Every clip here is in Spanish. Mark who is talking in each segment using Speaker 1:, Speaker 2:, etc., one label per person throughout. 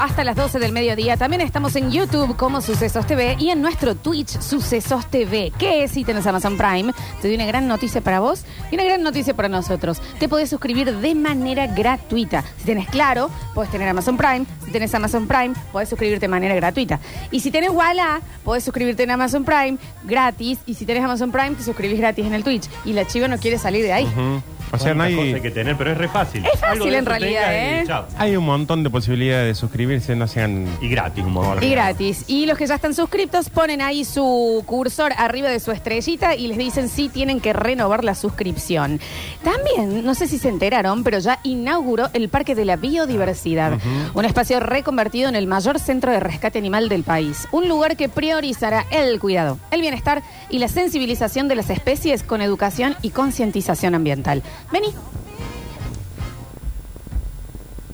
Speaker 1: hasta las 12 del mediodía. También estamos en YouTube como Sucesos TV y en nuestro Twitch Sucesos TV, que si tenés Amazon Prime, te doy una gran noticia para vos y una gran noticia para nosotros. Te podés suscribir de manera gratuita. Si tenés Claro, podés tener Amazon Prime. Si tenés Amazon Prime, podés suscribirte de manera gratuita. Y si tenés Walla, podés suscribirte en Amazon Prime gratis. Y si tenés Amazon Prime, te suscribís gratis en el Twitch. Y la chiva no quiere salir de ahí.
Speaker 2: Ujú. O sea, no
Speaker 3: Cosa hay
Speaker 2: hay,
Speaker 3: que tener, pero es re fácil.
Speaker 1: Es fácil
Speaker 3: Algo de
Speaker 1: en
Speaker 3: eso
Speaker 1: realidad,
Speaker 3: tenga y
Speaker 1: ¿eh?
Speaker 3: chao.
Speaker 2: hay un montón de posibilidades de suscribirse, no sean...
Speaker 3: Y gratis, un montón.
Speaker 1: Y gratis. Y los que ya están suscriptos ponen ahí su cursor arriba de su estrellita y les dicen si tienen que renovar la suscripción. También, no sé si se enteraron, pero ya inauguró el Parque de la Biodiversidad, un espacio reconvertido en el mayor centro de rescate animal del país, un lugar que priorizará el cuidado, el bienestar y la sensibilización de las especies con educación y concientización ambiental. Vení.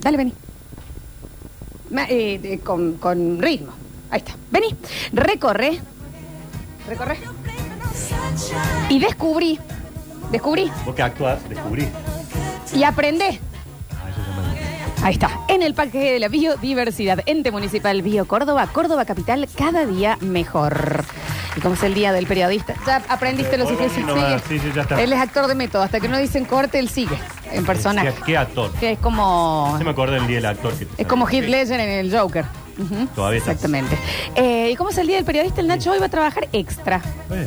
Speaker 1: Dale, vení. Ma- eh, eh, con, con ritmo. Ahí está. Vení, recorre. Recorre. Y descubrí. Descubrí.
Speaker 3: Vos que actuás, descubrís.
Speaker 1: Y aprendé.
Speaker 3: Ah, eso se llama-
Speaker 1: Ahí está, en el Parque de la Biodiversidad, Ente Municipal Bio Córdoba, Córdoba Capital, cada día mejor. Y como es el día del periodista, ya aprendiste los
Speaker 3: Hoy
Speaker 1: que
Speaker 3: vamos nomás, sí, sí, ya está.
Speaker 1: Él es actor de método, hasta que no dicen corte, él sigue en persona.
Speaker 3: ¿Qué- ¿Qué actor?
Speaker 1: Que es como...
Speaker 3: Se me acordé el día del actor que
Speaker 1: Es como Heath Ledger en el Joker. Ujú.
Speaker 3: Ah, Todavía está.
Speaker 1: Exactamente. Eh, ¿Y cómo es el día del periodista? El Nacho hoy va a trabajar extra.
Speaker 3: Eh,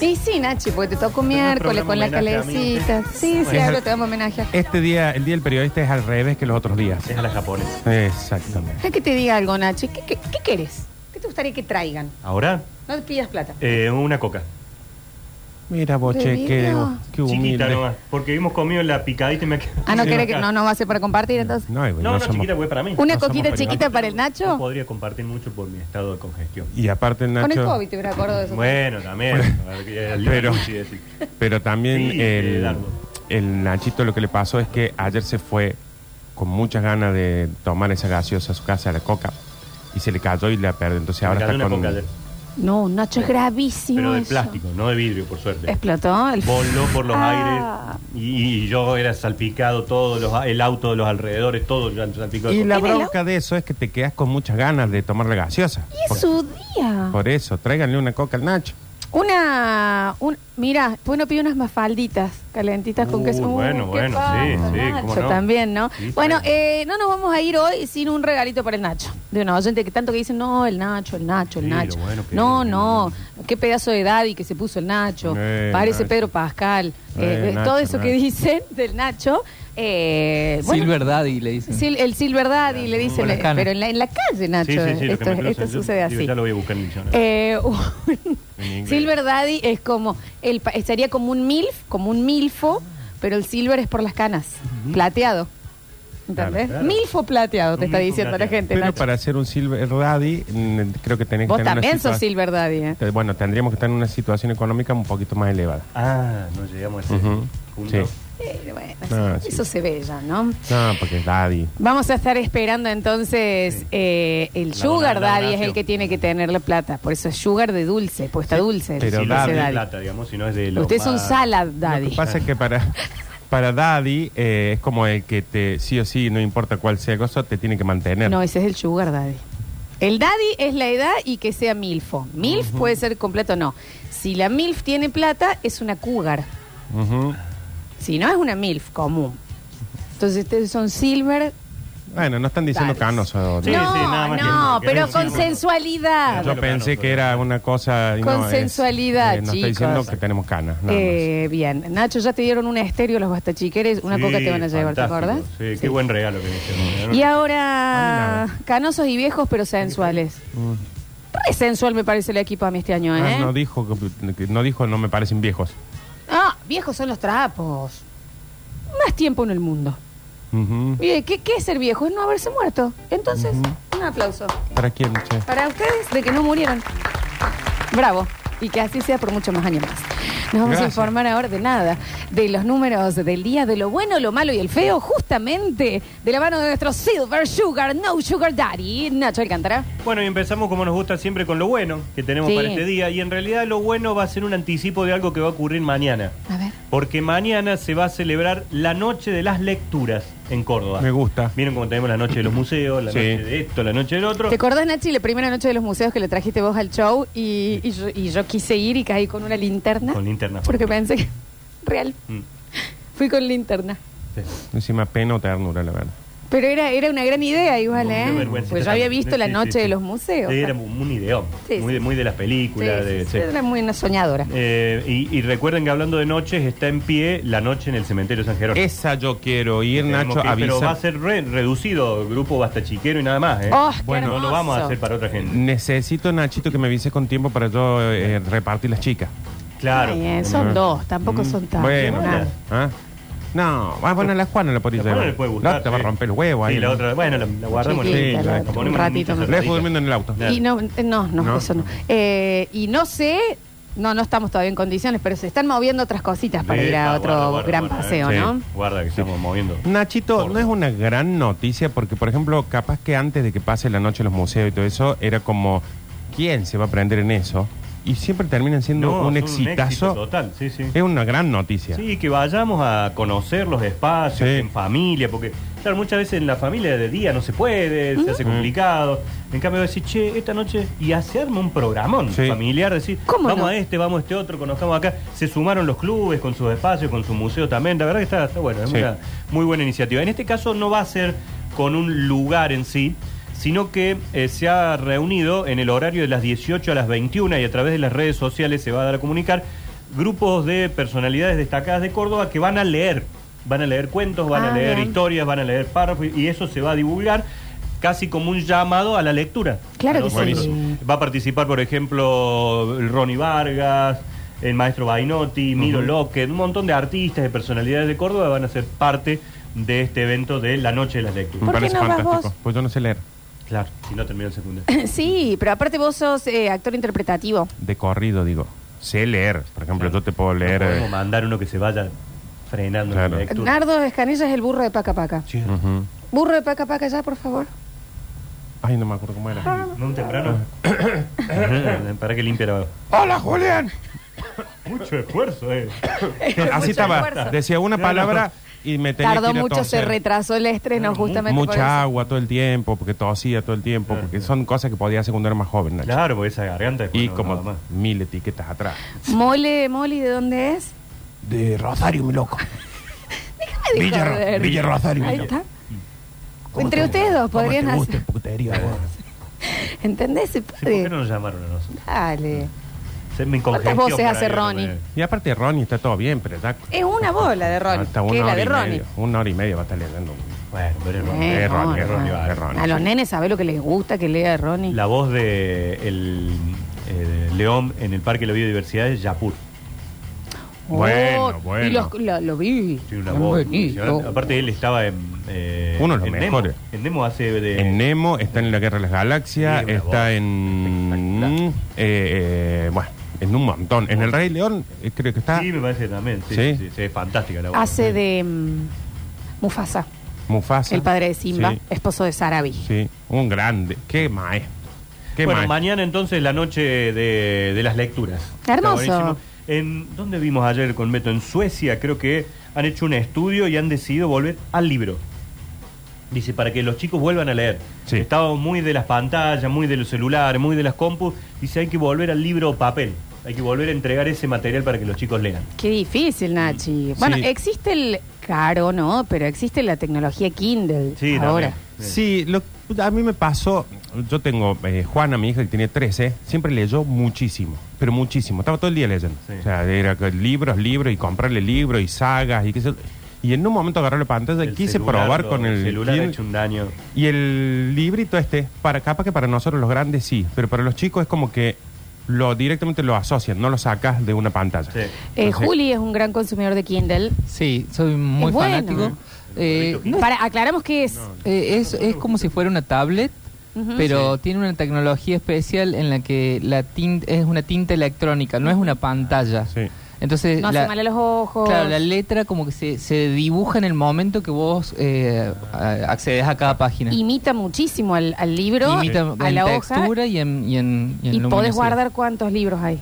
Speaker 1: Sí, sí, Nachi, porque te tocó miércoles
Speaker 3: programa
Speaker 1: con la
Speaker 3: homenaje a mí,
Speaker 1: calecita.
Speaker 3: ¿viste?
Speaker 1: Sí, sí,
Speaker 3: Bueno.
Speaker 1: algo te damos homenaje.
Speaker 2: Este día, el día del periodista es al revés que los otros días.
Speaker 3: Es a la japonesa.
Speaker 2: Exactamente.
Speaker 1: Deja que te diga algo, Nachi. ¿Qué, qué, qué querés? ¿Qué te gustaría que traigan?
Speaker 3: Ahora,
Speaker 1: No te pidas plata.
Speaker 3: eh, una coca.
Speaker 2: Mira, boche,
Speaker 1: De
Speaker 2: qué,
Speaker 1: vidrio.
Speaker 2: qué
Speaker 3: Chiquita
Speaker 2: humilde.
Speaker 3: nomás. Porque hemos comido la picadita y me quedado.
Speaker 1: Ah, ¿no querés que no, no va a ser para compartir entonces?
Speaker 2: No,
Speaker 3: No,
Speaker 2: no,
Speaker 3: no,
Speaker 2: somos-
Speaker 3: chiquita, porque para mí.
Speaker 1: ¿Una
Speaker 2: no somos
Speaker 1: coquita
Speaker 2: periodistas.
Speaker 1: chiquita para el
Speaker 3: No
Speaker 1: Nacho?
Speaker 3: podría compartir mucho por mi estado de congestión.
Speaker 2: Y aparte, Nacho...
Speaker 1: Con el COVID te hubiera acordado de eso.
Speaker 3: Bueno, también. A ver, que- el
Speaker 2: Pero-
Speaker 3: Gucci, decir.
Speaker 2: Pero también
Speaker 3: Sí, eh,
Speaker 2: el,
Speaker 3: Dardo.
Speaker 2: el Nachito lo que le pasó es que ayer se fue con muchas ganas de tomar esa gaseosa a su casa, la coca, y se le cayó y la perdió. Entonces
Speaker 3: Me
Speaker 2: ahora
Speaker 3: cayó
Speaker 2: está
Speaker 3: una
Speaker 2: con...
Speaker 3: coca ayer,
Speaker 1: No, Nacho, es gravísimo
Speaker 3: Pero de
Speaker 1: eso.
Speaker 3: plástico, no de vidrio, por suerte.
Speaker 1: Explotó el...
Speaker 3: Voló por los
Speaker 1: Ah.
Speaker 3: aires y, y yo era salpicado, todos los, el auto de los alrededores, todo yo salpicado. de
Speaker 2: Y la
Speaker 1: ¿En el au-
Speaker 2: bronca de eso es que te quedas con muchas ganas de tomar la gaseosa.
Speaker 1: Y es su día.
Speaker 2: Por, por eso, tráiganle una coca al Nacho.
Speaker 1: Una, un, mira, bueno, pide unas mafalditas calentitas con
Speaker 3: Uh,
Speaker 1: queso.
Speaker 3: bueno,
Speaker 1: qué
Speaker 3: bueno,
Speaker 1: pasa,
Speaker 3: sí, sí,
Speaker 1: Nacho,
Speaker 3: cómo no.
Speaker 1: también, ¿no?
Speaker 3: Sí,
Speaker 1: bueno,
Speaker 3: está
Speaker 1: eh, no nos vamos a ir hoy sin un regalito para el Nacho. De una oyente que tanto que dicen, no, el Nacho, el Nacho, el
Speaker 3: Sí, lo
Speaker 1: Nacho.
Speaker 3: bueno que
Speaker 1: no,
Speaker 3: es,
Speaker 1: no, qué pedazo de daddy que se puso el Nacho.
Speaker 2: Eh,
Speaker 1: Parece
Speaker 2: Nacho.
Speaker 1: Pedro Pascal. Eh,
Speaker 2: Eh, Nacho,
Speaker 1: todo eso que
Speaker 2: Nacho.
Speaker 1: dicen del Nacho. Eh, bueno,
Speaker 4: Silver Daddy le dicen.
Speaker 1: Sil- el Silver Daddy le dicen,
Speaker 4: Con las
Speaker 1: eh,
Speaker 4: canas.
Speaker 1: pero en la, en la calle, Nacho.
Speaker 3: Sí, sí, sí, lo que
Speaker 1: esto
Speaker 3: me explota,
Speaker 1: esto
Speaker 3: yo
Speaker 1: sucede
Speaker 3: digo,
Speaker 1: así.
Speaker 3: Ya lo voy a buscar en el diccionario.
Speaker 1: Eh, un-
Speaker 2: inglés.
Speaker 1: Silver Daddy es como, el, pa- estaría como un MILF, como un MILFO, pero el silver es por las canas, plateado. ¿Entendés?
Speaker 3: Claro, claro.
Speaker 1: MILFO plateado, te
Speaker 3: Un
Speaker 1: está
Speaker 3: milfo
Speaker 1: diciendo la
Speaker 3: plateado.
Speaker 1: gente.
Speaker 2: Pero
Speaker 1: Nacho.
Speaker 2: para ser un Silver Daddy, mm, creo que tenés
Speaker 1: Vos
Speaker 2: que tener una
Speaker 1: también sos
Speaker 2: situa-
Speaker 1: Silver Daddy, ¿eh?
Speaker 2: Te- Bueno, tendríamos que estar en una situación económica un poquito más elevada.
Speaker 3: Ah, no llegamos a ese
Speaker 2: Ujú,
Speaker 3: punto.
Speaker 2: sí.
Speaker 1: Eh, bueno,
Speaker 2: Ah,
Speaker 1: eso
Speaker 2: sí.
Speaker 1: se ve ya, ¿no?
Speaker 2: No, porque es Daddy.
Speaker 1: Vamos a estar esperando entonces
Speaker 3: Sí.
Speaker 1: eh, el
Speaker 3: La
Speaker 1: Sugar
Speaker 3: dona- la
Speaker 1: Daddy es el
Speaker 3: donación.
Speaker 1: que tiene que tener la plata, por eso es Sugar de dulce, pues está dulce. el
Speaker 2: pero
Speaker 3: Sí,
Speaker 1: dulce
Speaker 3: no es
Speaker 2: daddy.
Speaker 3: de plata, digamos, sino es de lo
Speaker 1: Ustedes son
Speaker 3: más-
Speaker 1: Salad
Speaker 2: Lo
Speaker 1: Daddy.
Speaker 2: que pasa es que para, para Daddy eh, es como el que te, sí o sí, no importa cuál sea el gozo, te tiene que mantener.
Speaker 1: No, ese es el sugar daddy. El daddy es la edad y que sea milfo. Milf puede ser completo o no. Si la milf tiene plata, es una cougar.
Speaker 2: Ujú.
Speaker 1: Si no, es una milf común. Entonces ustedes son silver.
Speaker 2: Bueno, no están diciendo
Speaker 1: daddies.
Speaker 2: canoso.
Speaker 3: Sí,
Speaker 1: no,
Speaker 3: sí, nada más que-
Speaker 1: no,
Speaker 3: que
Speaker 1: pero
Speaker 3: no
Speaker 1: con
Speaker 3: decimos-
Speaker 1: sensualidad.
Speaker 2: Yo
Speaker 3: Dándolo
Speaker 2: pensé
Speaker 3: canoso,
Speaker 2: que era una cosa... y no, es-
Speaker 1: Consensualidad,
Speaker 2: eh, no está diciendo
Speaker 1: chicos.
Speaker 2: que tenemos canas. nada más.
Speaker 1: Eh, bien, Nacho, ya te dieron un estéreo los bastachiqueres, una
Speaker 3: Sí,
Speaker 1: coca te van a llevar, ¿te
Speaker 3: fantástico.
Speaker 1: acordás?
Speaker 3: Sí,
Speaker 1: Sí.
Speaker 3: qué buen regalo que me hicieron.
Speaker 1: Y
Speaker 2: A
Speaker 1: ahora,
Speaker 2: mí
Speaker 1: canosos y viejos, pero sensuales.
Speaker 3: ¿Eh?
Speaker 1: Re sensual me parece el equipo a mí este año,
Speaker 2: Ah,
Speaker 1: ¿eh?
Speaker 2: no, dijo, que- que- no dijo, no me parecen viejos.
Speaker 1: Ah, viejos son los trapos. Más tiempo en el mundo.
Speaker 2: Ujú.
Speaker 1: Mire, ¿qué, qué es ser viejo? Es no haberse muerto. Entonces, un aplauso
Speaker 2: ¿Para quién, che?
Speaker 1: para ustedes de que no murieron. Bravo. Y que así sea por muchos más años más. Nos vamos a
Speaker 2: Gracias.
Speaker 1: informar ahora de nada. de los números del día, de lo bueno, lo malo y el feo, justamente de la mano de nuestro Silver Sugar, No Sugar Daddy, Nacho Alcántara.
Speaker 3: Bueno, y empezamos como nos gusta siempre con lo bueno que tenemos
Speaker 1: Sí.
Speaker 3: para este día. Y en realidad lo bueno va a ser un anticipo de algo que va a ocurrir mañana.
Speaker 1: A ver.
Speaker 3: Porque mañana se va a celebrar la Noche de las Lecturas en Córdoba.
Speaker 2: Me gusta.
Speaker 3: Miren cómo tenemos la Noche de los Museos, la
Speaker 2: Sí.
Speaker 3: Noche de esto, la Noche del otro.
Speaker 1: ¿Te acordás, Nachi, la primera noche de los museos que le trajiste vos al show y, y yo, y yo quise ir y caí con una linterna?
Speaker 3: Con linterna.
Speaker 1: Porque pensé que. Real.
Speaker 3: Mm.
Speaker 1: Fui con linterna.
Speaker 3: Sí.
Speaker 2: Encima pena o ternura, la verdad.
Speaker 1: Pero era, era una gran idea igual,
Speaker 3: Qué
Speaker 1: ¿eh?
Speaker 3: vergüenza.
Speaker 1: Pues yo había visto la
Speaker 3: Sí, sí,
Speaker 1: noche
Speaker 3: sí.
Speaker 1: de los museos.
Speaker 3: Sí, era un un ideón.
Speaker 1: Sí,
Speaker 3: muy,
Speaker 1: sí.
Speaker 3: de, muy de las
Speaker 1: Sí,
Speaker 3: películas.
Speaker 1: sí,
Speaker 3: de,
Speaker 1: sí,
Speaker 3: sí.
Speaker 1: Era muy una soñadora.
Speaker 3: Eh, y, y recuerden que hablando de noches, está en pie la noche en el cementerio San Jerónimo.
Speaker 2: Esa yo quiero ir,
Speaker 3: Tenemos
Speaker 2: Nacho,
Speaker 3: que- Pero va a
Speaker 2: avisa.
Speaker 3: ser re- reducido, grupo basta chiquero y nada más. ¿eh?
Speaker 1: Oh, qué
Speaker 3: bueno, no lo vamos a
Speaker 1: hermoso.
Speaker 3: hacer para otra gente.
Speaker 2: Necesito, Nachito, que me avise con tiempo para yo eh, repartir las chicas.
Speaker 3: Claro.
Speaker 1: Está bien, son
Speaker 2: Ah.
Speaker 1: dos, tampoco son tan.
Speaker 2: Bueno,
Speaker 1: nada.
Speaker 2: ¿ah? No, ah, bueno, a la Juana la podéis
Speaker 3: La Juana
Speaker 2: llevar.
Speaker 3: le puede gustar,
Speaker 2: No, te va a
Speaker 3: sí.
Speaker 2: romper el huevo ahí.
Speaker 3: Sí, la otra, bueno, la, la guardamos.
Speaker 1: Chiquita,
Speaker 3: Sí,
Speaker 2: la
Speaker 3: la
Speaker 2: otra.
Speaker 3: ponemos
Speaker 1: Un
Speaker 3: en
Speaker 1: ratito
Speaker 3: un
Speaker 1: más.
Speaker 2: La dejo durmiendo en el auto.
Speaker 3: Claro.
Speaker 1: Y no, eh, no, no,
Speaker 2: No.
Speaker 1: eso no. Eh, y no sé, no, no estamos todavía en condiciones, pero se están moviendo otras cositas para
Speaker 3: Sí,
Speaker 1: ir a
Speaker 3: ah,
Speaker 1: otro
Speaker 3: guarda, guarda,
Speaker 1: gran
Speaker 3: guarda,
Speaker 1: paseo,
Speaker 2: eh.
Speaker 1: ¿no?
Speaker 2: Sí.
Speaker 3: Guarda que estamos moviendo.
Speaker 2: Nachito,
Speaker 3: Por-
Speaker 2: no es una gran noticia porque, por ejemplo, capaz que antes de que pase la noche en los museos y todo eso, era como, ¿quién se va a aprender en eso? Y siempre terminan siendo
Speaker 3: No,
Speaker 2: un
Speaker 3: es éxito
Speaker 2: exitazo.
Speaker 3: total, sí, sí.
Speaker 2: Es una gran noticia.
Speaker 3: Sí, que vayamos a conocer los espacios
Speaker 2: Sí.
Speaker 3: en familia, porque claro, muchas veces en la familia de día no se puede, se hace complicado. En cambio, decir, che, esta noche, y hacerme un programón
Speaker 2: Sí.
Speaker 3: familiar, decir,
Speaker 1: ¿Cómo
Speaker 3: vamos
Speaker 1: no?
Speaker 3: a este, vamos a este otro, conozcamos acá. Se sumaron los clubes con sus espacios, con su museo también. La verdad que está, está bueno, es
Speaker 2: Sí.
Speaker 3: una muy buena iniciativa. En este caso no va a ser con un lugar en sí sino que eh, se ha reunido en el horario de las 18 a las 21 y a través de las redes sociales se va a dar a comunicar grupos de personalidades destacadas de Córdoba que van a leer, van a leer cuentos, van
Speaker 1: Ah,
Speaker 3: a leer
Speaker 1: bien.
Speaker 3: historias, van a leer párrafos y eso se va a divulgar casi como un llamado a la lectura.
Speaker 1: Claro
Speaker 3: A
Speaker 1: que sí.
Speaker 3: nosotros. Va a participar, por ejemplo, Ronnie Vargas, el maestro Bainotti, Miro Locke, un montón de artistas, de personalidades de Córdoba van a ser parte de este evento de la Noche de las
Speaker 2: Me
Speaker 3: Lecturas.
Speaker 1: ¿Por qué
Speaker 2: parece
Speaker 1: no vas
Speaker 2: fantástico.
Speaker 1: vos?
Speaker 2: Pues yo no sé leer.
Speaker 3: Claro, si no termina el segundo.
Speaker 1: Sí, pero aparte vos sos eh, actor interpretativo.
Speaker 2: De corrido, digo. Sé leer. Por ejemplo, yo te puedo leer.
Speaker 3: No
Speaker 2: eh,
Speaker 3: podemos mandar uno que se vaya frenando
Speaker 2: Claro.
Speaker 3: la lectura.
Speaker 1: Nardo Escanilla es el burro de Paca Paca.
Speaker 3: Sí.
Speaker 2: ujú.
Speaker 1: Burro de Paca Paca ya, por favor.
Speaker 2: Ay, no me acuerdo cómo era.
Speaker 3: ¿No un temprano? Para que limpie la...
Speaker 2: ¡Hola, Julián!
Speaker 3: Mucho esfuerzo, eh.
Speaker 2: Así estaba.
Speaker 1: esfuerzo.
Speaker 2: Decía una
Speaker 3: No,
Speaker 2: palabra y me tenía
Speaker 1: Tardó
Speaker 2: que ir a
Speaker 1: mucho, se
Speaker 2: toser.
Speaker 1: retrasó el estreno justamente por eso.
Speaker 2: Mucha agua todo el tiempo, porque tosía todo el tiempo, porque son cosas que podía hacer cuando era más joven. Nacho.
Speaker 3: Claro, porque esa garganta es
Speaker 2: Y
Speaker 3: cuando
Speaker 2: como
Speaker 3: nada más.
Speaker 2: mil etiquetas atrás.
Speaker 1: Mole, Moli, ¿de dónde es?
Speaker 2: De Rosario, mi loco.
Speaker 1: Ay,
Speaker 2: Villa Ro-
Speaker 1: joder.
Speaker 2: Villa Rosario.
Speaker 1: Ahí está. Entre ustedes dos podrían hacer. ¿Entendés? Se
Speaker 3: Sí, ¿Por
Speaker 1: puede.
Speaker 3: qué no nos llamaron a nosotros?
Speaker 1: Dale.
Speaker 3: Se me
Speaker 1: ¿Cuántas
Speaker 3: incongestionó
Speaker 1: voces
Speaker 3: por
Speaker 1: hace
Speaker 3: ahí,
Speaker 1: Ronnie?
Speaker 3: no
Speaker 2: Y aparte Ronnie está todo bien, pero ya
Speaker 1: Es una bola de Ronnie.
Speaker 2: hasta
Speaker 1: que es
Speaker 2: una
Speaker 1: la
Speaker 2: hora,
Speaker 1: de
Speaker 2: y
Speaker 1: Ronnie.
Speaker 2: media, una hora y media va a estar leyendo.
Speaker 3: me- Bueno, pero es Ronnie.
Speaker 1: Eh,
Speaker 2: Es
Speaker 1: no,
Speaker 2: Ronnie, es
Speaker 1: no,
Speaker 2: Ronnie,
Speaker 1: no.
Speaker 2: es Ronnie.
Speaker 1: A los nenes sabe lo que les gusta que lea Ronnie.
Speaker 3: La voz de el, eh, León en el Parque de la Biodiversidad es Yapur.
Speaker 1: Oh,
Speaker 2: Bueno, bueno.
Speaker 1: Y los, lo, lo vi.
Speaker 3: Tiene una
Speaker 1: Tan
Speaker 3: voz
Speaker 1: bonito.
Speaker 3: impresionante. Aparte, él estaba en. eh,
Speaker 2: Uno de los
Speaker 3: en
Speaker 2: mejores.
Speaker 3: Nemo. En Nemo hace de.
Speaker 2: En Nemo, está en la Guerra de las Galaxias,
Speaker 3: Sí, una voz
Speaker 2: está en... eh, eh, bueno, en un montón. En El Rey León eh, creo que está
Speaker 3: Sí, me parece que también.
Speaker 2: Sí.
Speaker 3: Sí, sí, sí, sí, es fantástica la voz.
Speaker 1: Hace de mm, Mufasa,
Speaker 2: Mufasa.
Speaker 1: el padre de Simba,
Speaker 2: Sí,
Speaker 1: esposo de Sarabi.
Speaker 2: sí, un grande. Qué maestro. Qué
Speaker 3: bueno,
Speaker 2: maestro.
Speaker 3: mañana entonces la noche de, de las lecturas.
Speaker 1: Hermoso.
Speaker 3: Está buenísimo. En, ¿Dónde vimos ayer con Beto? En Suecia creo que han hecho un estudio y han decidido volver al libro. Dice, para que los chicos vuelvan a leer.
Speaker 2: Sí.
Speaker 3: Estábamos muy de las pantallas, muy de los celulares, muy de las compus. Dice, hay que volver al libro papel. Hay que volver a entregar ese material para que los chicos lean.
Speaker 1: Qué difícil, Nachi. Bueno,
Speaker 2: Sí.
Speaker 1: existe el. Caro, no, pero existe la tecnología Kindle.
Speaker 3: Sí,
Speaker 1: ahora.
Speaker 3: también.
Speaker 2: Sí, lo, a mí me pasó, yo tengo eh, Juana, mi hija que tiene 13, siempre leyó muchísimo, pero muchísimo, estaba todo el día leyendo.
Speaker 3: Sí.
Speaker 2: O sea, era que libros, libros y comprarle libros y sagas y qué sé yo. Y en un momento agarré la pantalla y
Speaker 3: El
Speaker 2: quise
Speaker 3: celular,
Speaker 2: probar
Speaker 3: lo-
Speaker 2: con el,
Speaker 3: celular ha
Speaker 2: Kindle.
Speaker 3: hecho un daño.
Speaker 2: y el librito este, para capaz que para nosotros los grandes sí, pero para los chicos es como que lo directamente lo asocian, no lo sacas de una pantalla.
Speaker 3: Sí.
Speaker 1: Eh,
Speaker 2: Entonces-
Speaker 1: Juli es un gran consumidor de Kindle.
Speaker 4: Sí, soy muy
Speaker 1: Es bueno.
Speaker 4: fanático. Eh, no es-
Speaker 1: Para, aclaramos que es.
Speaker 4: eh, es, es como si fuera una tablet,
Speaker 1: Ujú.
Speaker 4: pero tiene una tecnología especial en Eh, la que la tinta es una tinta electrónica, no es una pantalla.
Speaker 2: Sí.
Speaker 4: Entonces,
Speaker 1: No hace mal a los ojos.
Speaker 4: Claro, la letra como que se, se dibuja en el momento que vos eh, a- accedes a cada página.
Speaker 1: Imita muchísimo al, al libro,
Speaker 4: Imita
Speaker 1: a
Speaker 4: en
Speaker 1: la hoja.
Speaker 4: textura y en, y en, y en
Speaker 1: Y podés
Speaker 4: luminosidad.
Speaker 1: guardar cuántos libros hay.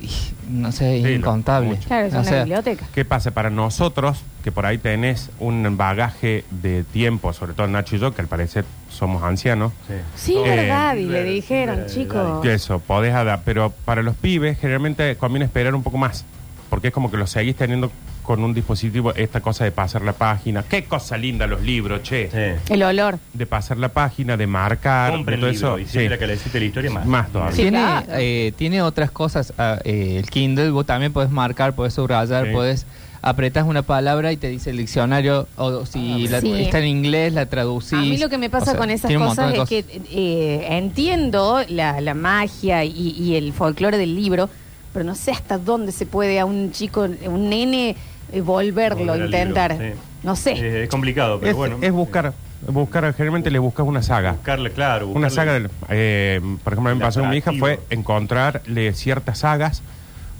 Speaker 4: Y, no sé,
Speaker 2: Sí, lo-
Speaker 4: incontable.
Speaker 2: mucho.
Speaker 1: Claro, es
Speaker 4: O
Speaker 1: una
Speaker 4: sea,
Speaker 1: biblioteca.
Speaker 2: ¿Qué pasa? Para nosotros, que por ahí tenés un bagaje de tiempo, sobre todo Nacho y yo, que al parecer somos ancianos,
Speaker 1: Sí,
Speaker 2: Eh,
Speaker 1: verdad, y le
Speaker 3: verdad,
Speaker 1: dijeron,
Speaker 3: verdad.
Speaker 1: chicos.
Speaker 2: que eso, podés adaptar. Pero para los pibes, generalmente conviene esperar un poco más, porque es como que lo seguís teniendo con un dispositivo, esta cosa de pasar la página. Qué cosa linda los libros, che.
Speaker 3: Sí.
Speaker 1: El olor.
Speaker 2: De pasar la página, de marcar,
Speaker 3: Compra
Speaker 2: de
Speaker 3: el
Speaker 2: todo
Speaker 3: libro
Speaker 2: eso.
Speaker 3: y
Speaker 2: Sí.
Speaker 3: si la que le hiciste la historia más.
Speaker 2: Más todavía.
Speaker 1: Sí,
Speaker 4: tiene,
Speaker 1: claro.
Speaker 4: eh, tiene otras cosas. ah, eh, el Kindle, vos también podés marcar, podés subrayar,
Speaker 2: Sí.
Speaker 4: podés apretas una palabra y te dice el diccionario o si la-
Speaker 1: Ah, Sí.
Speaker 4: está en inglés la traducís.
Speaker 1: A mí lo que me pasa
Speaker 4: O sea,
Speaker 1: con esas
Speaker 4: tiene un montón
Speaker 1: cosas es
Speaker 4: de
Speaker 1: que eh, entiendo la, la magia y, y el folclore del libro, pero no sé hasta dónde se puede a un chico, un nene, eh, volverlo,
Speaker 3: Volver al
Speaker 1: intentar.
Speaker 3: libro, sí.
Speaker 1: No sé.
Speaker 3: Eh, es complicado, pero
Speaker 2: Es,
Speaker 3: bueno.
Speaker 2: es buscar, buscar, generalmente le buscas una saga.
Speaker 3: Buscarle, claro.
Speaker 2: Una
Speaker 3: buscarle-
Speaker 2: saga, del- eh, por ejemplo, a mí me
Speaker 3: El
Speaker 2: pasó con mi hija, fue
Speaker 3: atractivo.
Speaker 2: encontrarle ciertas sagas.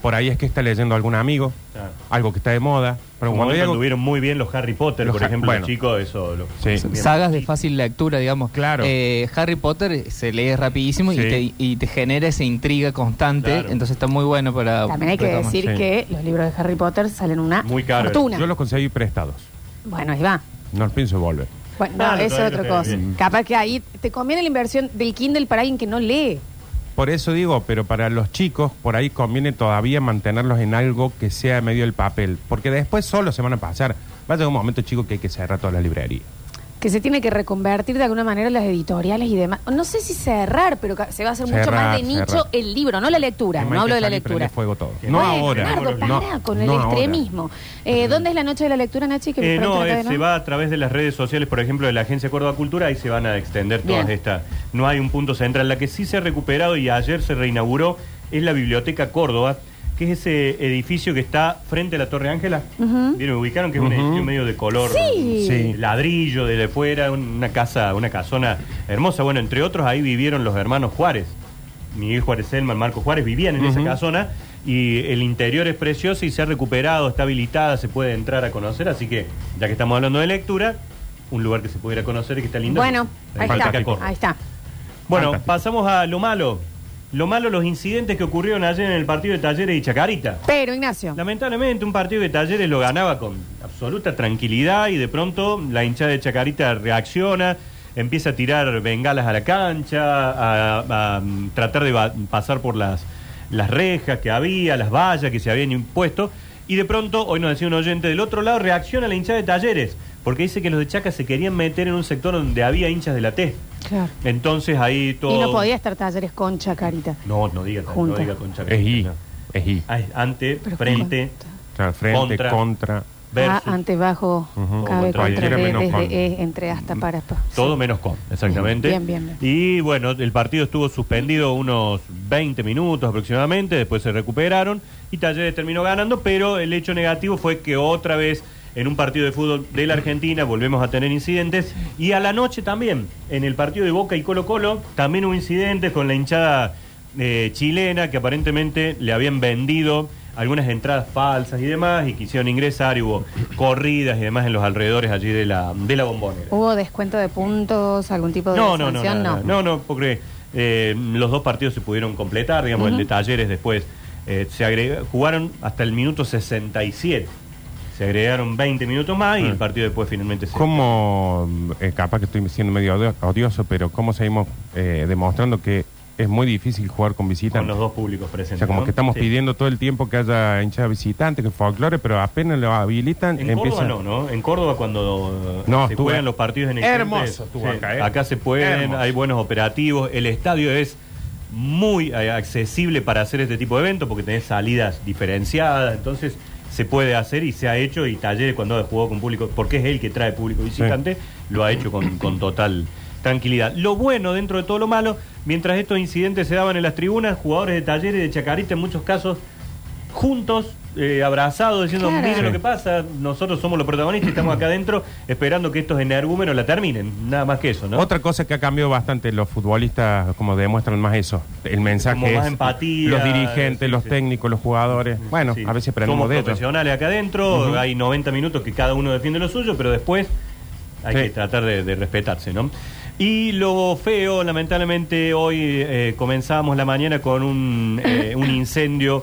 Speaker 2: Por ahí es que está leyendo algún amigo,
Speaker 3: Claro.
Speaker 2: algo que está de moda. Pero
Speaker 3: Como
Speaker 2: cuando hay
Speaker 3: eso
Speaker 2: algo-
Speaker 3: anduvieron muy bien los Harry Potter,
Speaker 2: Los
Speaker 3: por
Speaker 2: Ha-
Speaker 3: ejemplo,
Speaker 2: bueno.
Speaker 3: los chicos, eso. lo-
Speaker 2: Sí.
Speaker 3: bien.
Speaker 4: Sagas de fácil lectura, digamos.
Speaker 2: Claro.
Speaker 4: Eh, Harry Potter se lee rapidísimo
Speaker 2: Sí.
Speaker 4: y, te, y te genera esa intriga constante,
Speaker 3: Claro.
Speaker 4: entonces está muy bueno para...
Speaker 1: También hay que
Speaker 4: retomar.
Speaker 1: decir
Speaker 2: sí.
Speaker 1: que los libros de Harry Potter salen una
Speaker 3: Muy caro.
Speaker 1: fortuna.
Speaker 2: Yo los conseguí prestados.
Speaker 1: Bueno, ahí va.
Speaker 2: No los pienso volver.
Speaker 1: Bueno, no,
Speaker 3: Claro,
Speaker 1: eso es
Speaker 3: todavía
Speaker 1: otra
Speaker 3: Ah, lo
Speaker 1: cosa.
Speaker 3: tenés bien.
Speaker 1: Capaz que ahí te conviene la inversión del Kindle para alguien que no lee.
Speaker 2: Por eso digo, pero para los chicos, por ahí conviene todavía mantenerlos en algo que sea medio del papel. Porque después solo se van a pasar. Va a llegar un momento, chicos, que hay que cerrar toda la librería.
Speaker 1: Que se tiene que reconvertir de alguna manera las editoriales y demás. No sé si cerrar, pero ca- se va a hacer mucho
Speaker 2: Cerrar,
Speaker 1: más de nicho
Speaker 2: cerrar.
Speaker 1: el libro, no la lectura.
Speaker 2: Es más,
Speaker 1: No
Speaker 2: hay
Speaker 1: hablo
Speaker 2: que
Speaker 1: de la
Speaker 2: salir y
Speaker 1: lectura.
Speaker 2: prender fuego todo.
Speaker 3: Que
Speaker 2: No
Speaker 3: no,
Speaker 2: ahora.
Speaker 1: Nardo,
Speaker 3: no,
Speaker 1: pará con el
Speaker 2: no ahora.
Speaker 1: extremismo. Eh, ¿Dónde es la noche de la lectura, Nachi? Que me
Speaker 3: Eh, no,
Speaker 1: preguntan acá
Speaker 3: eh,
Speaker 1: de
Speaker 3: se
Speaker 1: nuevo?
Speaker 3: va a través de las redes sociales, por ejemplo, de la Agencia Córdoba Cultura, ahí se van a extender todas
Speaker 1: Bien.
Speaker 3: estas. No hay un punto central. La que sí se ha recuperado y ayer se reinauguró es la Biblioteca Córdoba, que es ese edificio que está frente a la Torre Ángela. Bien, me ubicaron que es un
Speaker 2: Ujú.
Speaker 3: edificio medio de color
Speaker 1: Sí.
Speaker 2: Sí.
Speaker 3: ladrillo desde afuera, una casa, una casona hermosa. Bueno, entre otros ahí vivieron los hermanos Juárez. Miguel Juárez Selman, Marco Juárez vivían en esa
Speaker 2: Ujú.
Speaker 3: casona y el interior es precioso y se ha recuperado, está habilitada, se puede entrar a conocer, así que ya que estamos hablando de lectura, un lugar que se pudiera conocer y que está lindo.
Speaker 1: Bueno,
Speaker 3: La
Speaker 1: ahí
Speaker 3: biblioteca
Speaker 1: está.
Speaker 2: Fantástico.
Speaker 3: Córdoba.
Speaker 1: Ahí está.
Speaker 3: Bueno,
Speaker 2: Fantástico.
Speaker 3: pasamos a lo malo. Lo malo, los incidentes que ocurrieron ayer en el partido de Talleres y Chacarita.
Speaker 1: Pero, Ignacio,
Speaker 3: Lamentablemente un partido de Talleres lo ganaba con absoluta tranquilidad y de pronto la hinchada de Chacarita reacciona, empieza a tirar bengalas a la cancha, a, a, mm, tratar de va- pasar por las, las rejas que había, las vallas que se habían impuesto y de pronto, hoy nos decía un oyente del otro lado, reacciona la hinchada de Talleres porque dice que los de Chaca se querían meter en un sector donde había hinchas de la T.
Speaker 1: Claro.
Speaker 3: Entonces ahí todo...
Speaker 1: y no podía estar talleres con chacarita.
Speaker 3: No, no diga, no
Speaker 1: Junta.
Speaker 3: diga con Chacarita.
Speaker 2: Es I.
Speaker 3: no.
Speaker 2: Es I.
Speaker 3: Ah, es Ante,
Speaker 1: Pero
Speaker 3: frente,
Speaker 1: con-
Speaker 2: Claro, frente,
Speaker 3: Contra.
Speaker 2: contra.
Speaker 1: Ah,
Speaker 3: versus...
Speaker 1: ante, bajo,
Speaker 2: Ujú.
Speaker 1: cabe,
Speaker 3: Contra,
Speaker 1: contra,
Speaker 3: cualquiera
Speaker 1: de,
Speaker 2: menos
Speaker 1: desde,
Speaker 2: con.
Speaker 1: eh, entre, hasta, para. pa.
Speaker 3: Todo menos con, exactamente.
Speaker 1: Bien, bien, bien.
Speaker 3: Y bueno, el partido estuvo suspendido unos 20 minutos aproximadamente, después se recuperaron y Talleres terminó ganando, pero el hecho negativo fue que otra vez en un partido de fútbol de la Argentina volvemos a tener incidentes y a la noche también, en el partido de Boca y Colo Colo, también hubo incidentes con la hinchada eh, chilena que aparentemente le habían vendido algunas entradas falsas y demás y quisieron ingresar y hubo corridas y demás en los alrededores allí de la, de la bombonera.
Speaker 1: ¿Hubo descuento de puntos, algún tipo de
Speaker 3: No, no, no,
Speaker 1: sanción?
Speaker 3: no, no, no, no, porque eh, los dos partidos se pudieron completar, digamos, el de Talleres después eh, se agrega- jugaron hasta el minuto 67. Se agregaron 20 minutos más y el partido después finalmente se
Speaker 2: Ah. ¿Cómo, eh, capaz que estoy siendo medio odio- odioso, pero cómo seguimos eh, demostrando que es muy difícil jugar con visitantes?
Speaker 3: con los dos públicos
Speaker 2: O
Speaker 3: presentes.
Speaker 2: sea, como
Speaker 3: ¿no?
Speaker 2: que estamos
Speaker 3: Sí.
Speaker 2: pidiendo todo el tiempo que haya hinchada visitante, que folclore, pero apenas lo habilitan,
Speaker 3: En
Speaker 2: empieza...
Speaker 3: Córdoba no, ¿no? En Córdoba cuando
Speaker 2: No,
Speaker 3: se
Speaker 2: estuve-
Speaker 3: juegan los partidos en el
Speaker 2: Hermoso
Speaker 3: frente,
Speaker 2: estuvo acá, ¿eh?
Speaker 3: Acá se pueden,
Speaker 2: Hermoso.
Speaker 3: hay buenos operativos, el estadio es muy eh, accesible para hacer este tipo de eventos porque tenés salidas diferenciadas, entonces se puede hacer y se ha hecho y Talleres cuando jugó con público, porque es él que trae público visitante, lo ha hecho con, con total tranquilidad. Lo bueno dentro de todo lo malo, mientras estos incidentes se daban en las tribunas, jugadores de Talleres y de Chacarita en muchos casos juntos eh, abrazados diciendo,
Speaker 1: Claro.
Speaker 3: miren
Speaker 2: Sí.
Speaker 3: lo que pasa, nosotros somos los protagonistas y estamos acá adentro esperando que estos energúmenos la terminen. Nada más que eso, ¿no?
Speaker 2: Otra cosa que ha cambiado bastante, los futbolistas como demuestran más eso. El mensaje
Speaker 3: Como más
Speaker 2: es
Speaker 3: empatía,
Speaker 2: los dirigentes,
Speaker 3: sí,
Speaker 2: los
Speaker 3: sí.
Speaker 2: técnicos, los jugadores. Bueno,
Speaker 3: Sí.
Speaker 2: a veces
Speaker 3: Somos
Speaker 2: aprendemos de ellos.
Speaker 3: profesionales acá adentro, hay 90 minutos que cada uno defiende lo suyo, pero después hay
Speaker 2: Sí.
Speaker 3: que tratar de, de respetarse, ¿no? Y lo feo, lamentablemente, hoy eh, comenzamos la mañana con un, eh, un incendio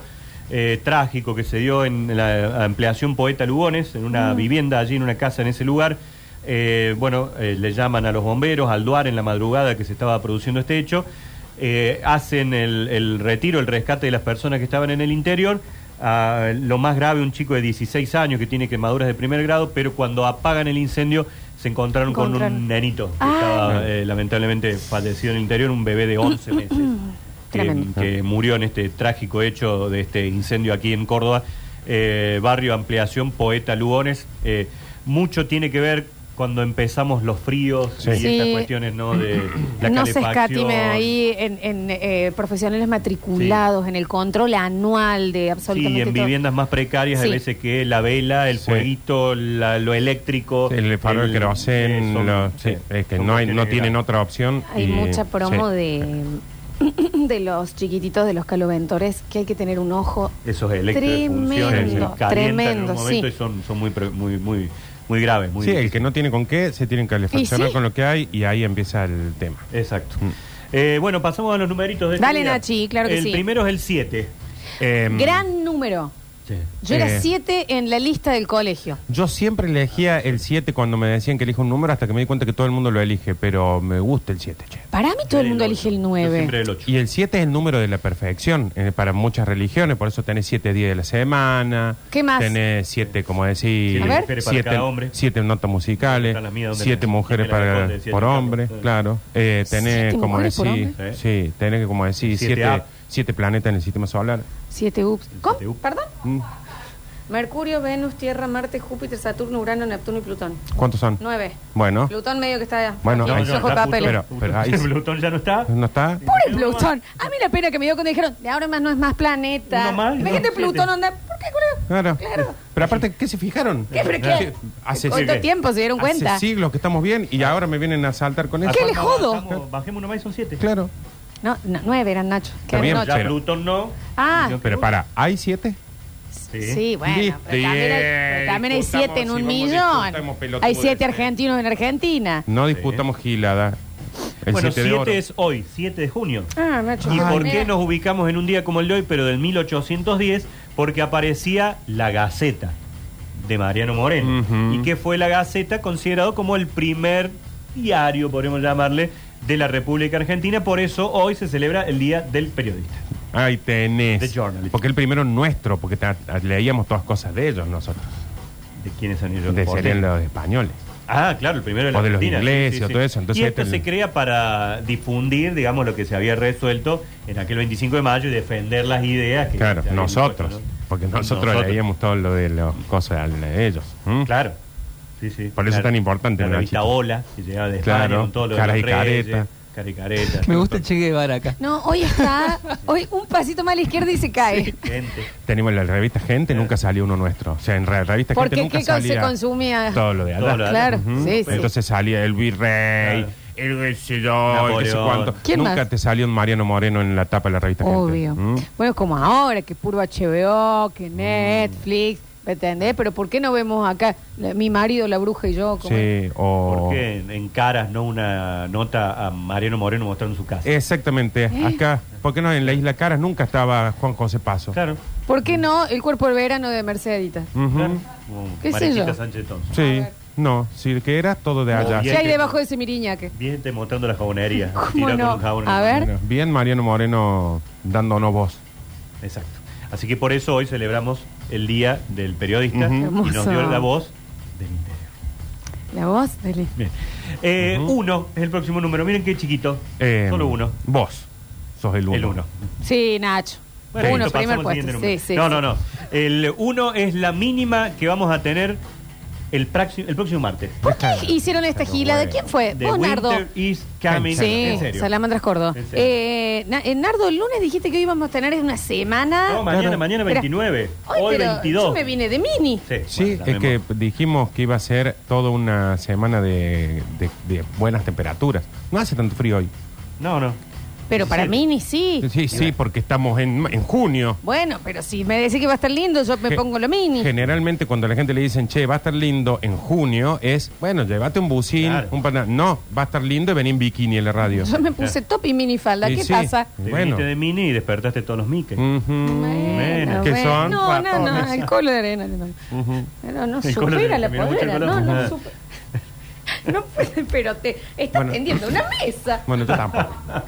Speaker 3: eh, trágico que se dio en la ampliación Poeta Lugones, en
Speaker 2: Mm.
Speaker 3: una vivienda allí, en una casa en ese lugar. Eh, bueno, eh, le llaman a los bomberos, al DUAR en la madrugada que se estaba produciendo este hecho. Eh, hacen el, el retiro, el rescate de las personas que estaban en el interior. Ah, lo más grave, un chico de 16 años que tiene quemaduras de primer grado, pero cuando apagan el incendio se encontraron con un
Speaker 1: Encontraron.
Speaker 3: nenito que
Speaker 1: Ah.
Speaker 3: estaba eh, lamentablemente fallecido en el interior, un bebé de 11 meses
Speaker 1: Mm,
Speaker 3: que,
Speaker 1: Tremendo.
Speaker 3: que murió en este trágico hecho de este incendio aquí en Córdoba, eh, barrio Ampliación, Poeta Lugones. Eh, mucho tiene que ver cuando empezamos los fríos
Speaker 2: Sí.
Speaker 3: y estas
Speaker 1: Sí.
Speaker 3: cuestiones, ¿no? De la
Speaker 1: no se
Speaker 3: calefacción.
Speaker 1: escatime ahí en, en, eh, profesionales matriculados, en el control anual de
Speaker 3: Sí,
Speaker 1: absolutamente
Speaker 3: en
Speaker 1: todo.
Speaker 3: viviendas más precarias
Speaker 1: Sí.
Speaker 3: hay veces que la vela, el
Speaker 2: Sí.
Speaker 3: fueguito, la- lo eléctrico.
Speaker 2: El farol de querosén,
Speaker 3: eh, son-
Speaker 2: lo- sí,
Speaker 3: sí,
Speaker 2: es que
Speaker 3: son
Speaker 2: no, hay,
Speaker 3: cuestiones
Speaker 2: no tienen
Speaker 3: graves.
Speaker 2: otra opción.
Speaker 1: Hay
Speaker 2: y-
Speaker 1: mucha promo
Speaker 2: sí.
Speaker 1: de, de los chiquititos, de los caloventores, que hay que tener un ojo.
Speaker 3: Esos eléctricos
Speaker 1: Tremendo,
Speaker 3: en
Speaker 1: tremendo,
Speaker 3: un momento
Speaker 1: sí.
Speaker 3: y son, son muy, pre- muy, muy, muy graves. Muy
Speaker 2: Sí, el que no tiene con qué, se tienen que calefaccionar
Speaker 1: sí.
Speaker 2: con lo que hay y ahí empieza el tema.
Speaker 3: Exacto.
Speaker 2: Mm.
Speaker 3: Eh, bueno, pasamos a los numeritos de este
Speaker 1: Dale,
Speaker 3: día.
Speaker 1: Nachi, claro que
Speaker 3: el
Speaker 1: sí.
Speaker 3: primero es el Em, 7. Mm.
Speaker 2: Em,
Speaker 1: Gran número. Yo era
Speaker 2: Eh.
Speaker 1: siete en la lista del colegio.
Speaker 2: Yo siempre elegía el 7 cuando me decían que elijo un número hasta que me di cuenta que todo el mundo lo elige, pero me gusta el 7, che.
Speaker 1: Para mí todo el mundo elige el
Speaker 3: Siempre
Speaker 1: 9.
Speaker 3: el 8.
Speaker 2: Y el 7 es el número de la perfección eh, para muchas religiones, por eso tenés 7 días de la semana.
Speaker 1: ¿Qué más?
Speaker 2: Tenés 7, como
Speaker 3: Siete
Speaker 2: decir,
Speaker 1: A ver.
Speaker 3: mujeres para cada hombre.
Speaker 2: 7 notas musicales,
Speaker 3: Están las mías, ¿dónde
Speaker 2: 7
Speaker 3: tenés?
Speaker 2: mujeres
Speaker 3: Tiene la
Speaker 2: para,
Speaker 3: Conde, siete
Speaker 2: por
Speaker 3: cambios.
Speaker 2: hombre,
Speaker 3: Sí.
Speaker 2: claro. Eh, tenés,
Speaker 1: ¿Siete
Speaker 2: como
Speaker 1: mujeres por
Speaker 2: decir,
Speaker 1: hombre?
Speaker 2: sí, tenés como decir,
Speaker 3: Siete
Speaker 2: 7
Speaker 3: A.
Speaker 2: planetas en el sistema solar.
Speaker 1: 7 ups. ¿Cómo?
Speaker 3: siete ups.
Speaker 1: ¿Perdón?
Speaker 2: Mm.
Speaker 1: Mercurio, Venus, Tierra, Marte, Júpiter, Saturno, Urano, Neptuno y Plutón.
Speaker 2: ¿Cuántos son?
Speaker 1: 9.
Speaker 2: Bueno,
Speaker 1: Plutón medio que está.
Speaker 2: Oh. Bueno,
Speaker 1: aquí,
Speaker 2: ahí
Speaker 1: ojo
Speaker 2: está.
Speaker 1: de papel.
Speaker 2: Pero- pero ahí-
Speaker 3: Plutón ya no está.
Speaker 2: ¿no está?
Speaker 1: Pobre Plutón. A mí la pena que me dio cuando dijeron, de ahora en más no es más planeta.
Speaker 3: Uno más,
Speaker 1: Imagínate
Speaker 3: no,
Speaker 1: Plutón,
Speaker 3: siete.
Speaker 1: onda. ¿Por qué, culo?
Speaker 2: Claro.
Speaker 1: Claro.
Speaker 2: Pero aparte, ¿qué se fijaron?
Speaker 1: ¿Qué, pero qué?
Speaker 2: Sí, Hace,
Speaker 1: ¿Cuánto
Speaker 2: sí,
Speaker 1: tiempo se dieron
Speaker 2: hace
Speaker 1: cuenta?
Speaker 2: siglos que estamos bien y ahora me vienen a saltar con eso.
Speaker 1: ¿Qué le jodo?
Speaker 3: Bajamos- Bajemos nomás y son 7.
Speaker 2: Claro.
Speaker 1: No, no, nueve eran Nacho.
Speaker 2: Está bien,
Speaker 1: Quedaron
Speaker 3: Ya
Speaker 1: ocho.
Speaker 2: pero-
Speaker 3: Plutón no.
Speaker 1: Ah.
Speaker 3: Yo-
Speaker 2: Pero para, ¿hay siete?
Speaker 1: Sí,
Speaker 3: Sí.
Speaker 1: bueno.
Speaker 2: Listo,
Speaker 1: pero también hay, pero también hay
Speaker 2: discutamos,
Speaker 1: siete en
Speaker 2: si
Speaker 1: un
Speaker 2: vamos,
Speaker 1: millón.
Speaker 2: discutamos eh. pelotudeces.
Speaker 1: Hay siete argentinos en Argentina.
Speaker 2: No disputamos gilada. El
Speaker 3: bueno,
Speaker 2: 7 de oro.
Speaker 3: 7 es hoy, 7 de junio.
Speaker 1: Ah, Nacho.
Speaker 3: ¿Y
Speaker 1: ah,
Speaker 3: por
Speaker 1: mira.
Speaker 3: qué nos ubicamos en un día como el de hoy, pero del 1810? Porque aparecía la Gaceta de Mariano Moreno.
Speaker 2: Ujú.
Speaker 3: Y que fue la Gaceta considerado como el primer diario, podríamos llamarle, de la República Argentina. Por eso hoy se celebra el Día del Periodista.
Speaker 2: Ahí tenés.
Speaker 3: The Journalist.
Speaker 2: Porque el primero nuestro, porque ta- leíamos todas cosas de ellos nosotros.
Speaker 3: ¿De quiénes son ellos?
Speaker 2: De
Speaker 3: ¿Por
Speaker 2: serían
Speaker 3: qué?
Speaker 2: los españoles.
Speaker 3: Ah, claro, el primero de la
Speaker 2: O de los
Speaker 3: Argentina,
Speaker 2: ingleses, o todo eso, entonces
Speaker 3: y esto
Speaker 2: este-
Speaker 3: se crea para difundir, digamos, lo que se había resuelto en aquel 25 de mayo y defender las ideas que
Speaker 2: Claro,
Speaker 3: se habían
Speaker 2: nosotros.
Speaker 3: impuesto, ¿no?
Speaker 2: Porque nosotros, leíamos todo lo de las cosas de ellos. ¿Mm?
Speaker 3: Claro. Sí, sí.
Speaker 2: Por eso es tan importante,
Speaker 3: La
Speaker 2: ¿no,
Speaker 3: revista
Speaker 2: chicos?
Speaker 3: Ola, que llegaba de
Speaker 2: Claro,
Speaker 3: España con todo lo de
Speaker 2: cara
Speaker 3: los
Speaker 2: y
Speaker 3: reyes,
Speaker 2: careta.
Speaker 3: cara y careta.
Speaker 4: Me gusta el Che Guevara acá.
Speaker 1: No, hoy está. Hoy un pasito más a la izquierda y se cae.
Speaker 3: Gente.
Speaker 2: Tenemos la revista Gente, nunca salió uno nuestro. O sea, en la revista
Speaker 1: Porque
Speaker 2: Gente nunca
Speaker 1: ¿qué cosa se
Speaker 2: salía
Speaker 1: consumía?
Speaker 2: todo lo de
Speaker 3: Todo
Speaker 2: allá.
Speaker 3: lo de
Speaker 1: Claro,
Speaker 2: Ujú.
Speaker 1: sí, sí.
Speaker 2: Entonces salía el virrey,
Speaker 3: Claro.
Speaker 2: el qué sé yo, el qué sé
Speaker 3: Napoleón.
Speaker 2: cuánto.
Speaker 1: ¿Quién
Speaker 2: Nunca
Speaker 1: más?
Speaker 2: te salió un Mariano Moreno en la tapa de la revista Gente.
Speaker 1: Obvio.
Speaker 2: ¿Mm?
Speaker 1: Bueno, como ahora, que puro HBO, que
Speaker 3: Mm.
Speaker 1: Netflix, ¿me entendés? Pero ¿por qué no vemos acá la- mi marido, la bruja y yo? como-
Speaker 2: Sí, o...
Speaker 3: Porque en, en caras, no una nota a Mariano Moreno mostrando su casa.
Speaker 2: Exactamente,
Speaker 1: ¿Eh?
Speaker 2: acá. ¿Por qué no? En la Isla Caras nunca estaba Juan José Paso.
Speaker 3: Claro.
Speaker 1: ¿Por qué no el cuerpo del verano de Mercedita?
Speaker 2: Ujú.
Speaker 3: claro. Como
Speaker 1: ¿Qué sé
Speaker 3: Mariquita
Speaker 1: yo?
Speaker 3: Sánchez Thompson.
Speaker 2: Sí, no, sí, que era todo de allá.
Speaker 3: Muy
Speaker 1: ¿Qué
Speaker 3: bien.
Speaker 1: hay
Speaker 3: que-
Speaker 1: debajo de ese miriñaque?
Speaker 3: Bien te mostrando la jabonería.
Speaker 1: ¿Cómo
Speaker 3: tirando
Speaker 1: no?
Speaker 3: un jabón en
Speaker 1: A
Speaker 3: la
Speaker 1: ver.
Speaker 3: mano.
Speaker 2: Bueno, Bien Mariano Moreno dándonos voz.
Speaker 3: Exacto. Así que por eso hoy celebramos el Día del Periodista
Speaker 2: Ujú.
Speaker 3: y nos dio
Speaker 1: Hermoso.
Speaker 3: la voz del interior.
Speaker 1: La voz del...
Speaker 3: Bien. Eh,
Speaker 2: Ujú.
Speaker 3: Uno es el próximo número. Miren qué chiquito.
Speaker 2: Eh,
Speaker 3: Solo uno.
Speaker 2: Vos. Sos el uno.
Speaker 3: El uno.
Speaker 1: Sí, Nacho.
Speaker 3: Bueno,
Speaker 1: Uno,
Speaker 3: listo, pasamos
Speaker 1: primer
Speaker 3: al
Speaker 1: puesto.
Speaker 3: siguiente
Speaker 1: Sí,
Speaker 3: número.
Speaker 1: sí,
Speaker 3: no,
Speaker 1: sí.
Speaker 3: no, no. El 1 es la mínima que vamos a tener el, praxi- el próximo martes.
Speaker 1: ¿Por qué hicieron esta
Speaker 2: Pero
Speaker 1: gilada?
Speaker 2: bueno.
Speaker 1: ¿Quién fue?
Speaker 3: The
Speaker 1: Eh, Vos, Nardo.
Speaker 3: Winter is coming.
Speaker 1: Sí,
Speaker 3: en serio.
Speaker 1: Salamandras Córdoba.
Speaker 3: En serio.
Speaker 1: Eh, Na- eh, Nardo, el lunes dijiste que hoy íbamos a tener una semana.
Speaker 3: No, mañana,
Speaker 2: Claro.
Speaker 3: mañana 29.
Speaker 1: Ah, Hoy,
Speaker 3: Hoy
Speaker 1: pero
Speaker 3: 22.
Speaker 1: Yo me vine de mini.
Speaker 3: Sí,
Speaker 2: Sí,
Speaker 3: bueno,
Speaker 2: es
Speaker 3: también
Speaker 2: que
Speaker 3: vos.
Speaker 2: dijimos que iba a ser toda una semana de, de- de buenas temperaturas. No hace tanto frío hoy.
Speaker 3: No, no.
Speaker 1: Pero para
Speaker 3: Sí.
Speaker 1: mini sí.
Speaker 2: Sí, sí, porque estamos en, en junio.
Speaker 1: Bueno, pero si me decís que va a estar lindo, yo me
Speaker 2: Ge-
Speaker 1: pongo lo mini.
Speaker 2: Generalmente cuando a la gente le dicen, che, va a estar lindo en junio, es, bueno, llévate un bucín,
Speaker 3: Claro.
Speaker 2: un pana- No, va a estar lindo y vení en bikini en la radio.
Speaker 1: Yo me puse top y mini falda.
Speaker 2: Y
Speaker 1: ¿Qué
Speaker 2: sí.
Speaker 1: pasa?
Speaker 3: Te
Speaker 2: Bueno. Mm.
Speaker 3: viniste de mini y despertaste todos los miques. Mm,
Speaker 2: Ujú.
Speaker 1: Bueno,
Speaker 2: ¿Qué
Speaker 1: bueno.
Speaker 2: son?
Speaker 1: No, no, no,
Speaker 3: Ratones.
Speaker 1: alcohol de arena. no.
Speaker 2: Ujú.
Speaker 1: Pero no
Speaker 3: El color
Speaker 1: supera
Speaker 3: de-
Speaker 1: la
Speaker 3: mira, mucho
Speaker 1: polera,
Speaker 3: color.
Speaker 1: no, no
Speaker 3: Ajá.
Speaker 1: supera. No, pero- pero te está
Speaker 2: Bueno.
Speaker 1: tendiendo una mesa.
Speaker 2: Bueno, yo tampoco.
Speaker 1: Bueno,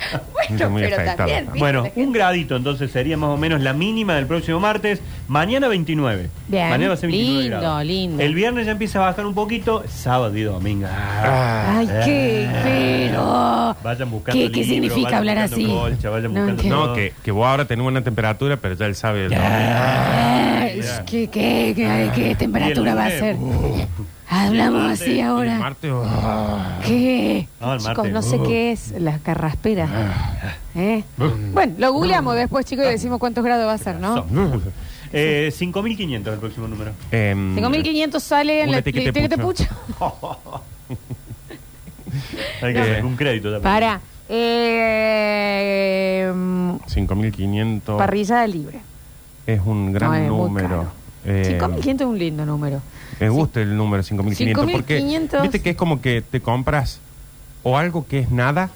Speaker 2: Estoy muy
Speaker 1: pero
Speaker 2: afectado.
Speaker 1: también. ¿viste?
Speaker 3: Bueno, un gradito entonces sería más o menos la mínima del próximo martes. Mañana 29.
Speaker 1: Bien.
Speaker 3: Mañana va a ser 29
Speaker 1: Lindo,
Speaker 3: grados.
Speaker 1: lindo.
Speaker 3: El viernes ya empieza a bajar un poquito. Sábado y domingo. Ah.
Speaker 2: Ah,
Speaker 1: Ay, qué pero.
Speaker 3: Vayan buscando
Speaker 1: ¿Qué, qué
Speaker 3: libros,
Speaker 1: significa
Speaker 3: vayan
Speaker 1: hablar
Speaker 3: buscando
Speaker 1: así?
Speaker 3: colcha, vayan
Speaker 1: No,
Speaker 3: buscando
Speaker 1: ¿qué?
Speaker 2: no, que, que vos ahora tenés una temperatura, pero ya él sabe. el
Speaker 1: Ay, ¿Qué, qué, qué, qué temperatura va a
Speaker 3: lunes,
Speaker 1: ser? Hablamos así
Speaker 2: domingo. El
Speaker 1: ahora.
Speaker 2: martes, oh.
Speaker 1: ¿Qué?
Speaker 3: No, el
Speaker 1: chicos,
Speaker 3: martes.
Speaker 1: no sé
Speaker 3: Uh.
Speaker 1: qué es la carraspera. ¿Eh? Bueno, lo googleamos después, chicos, y decimos cuántos grados va a ser, Ah. ¿no?
Speaker 3: Son. Eh, 5.500 el próximo número.
Speaker 2: Em,
Speaker 1: 5.500 sale en
Speaker 2: Una
Speaker 1: la
Speaker 2: etiqueta
Speaker 1: etiqueta de
Speaker 2: pucho.
Speaker 1: pucho.
Speaker 3: Hay que
Speaker 2: Eh.
Speaker 3: hacer un crédito también.
Speaker 1: Para. Eh, mm,
Speaker 2: 5.500
Speaker 1: parrillada libre.
Speaker 2: es un gran
Speaker 1: No, es muy
Speaker 2: número.
Speaker 1: caro.
Speaker 2: Eh,
Speaker 1: 5.500 es un lindo número.
Speaker 2: Me gusta el número 5.500 porque
Speaker 1: 5.500.
Speaker 2: viste que es como que te compras o algo que es nada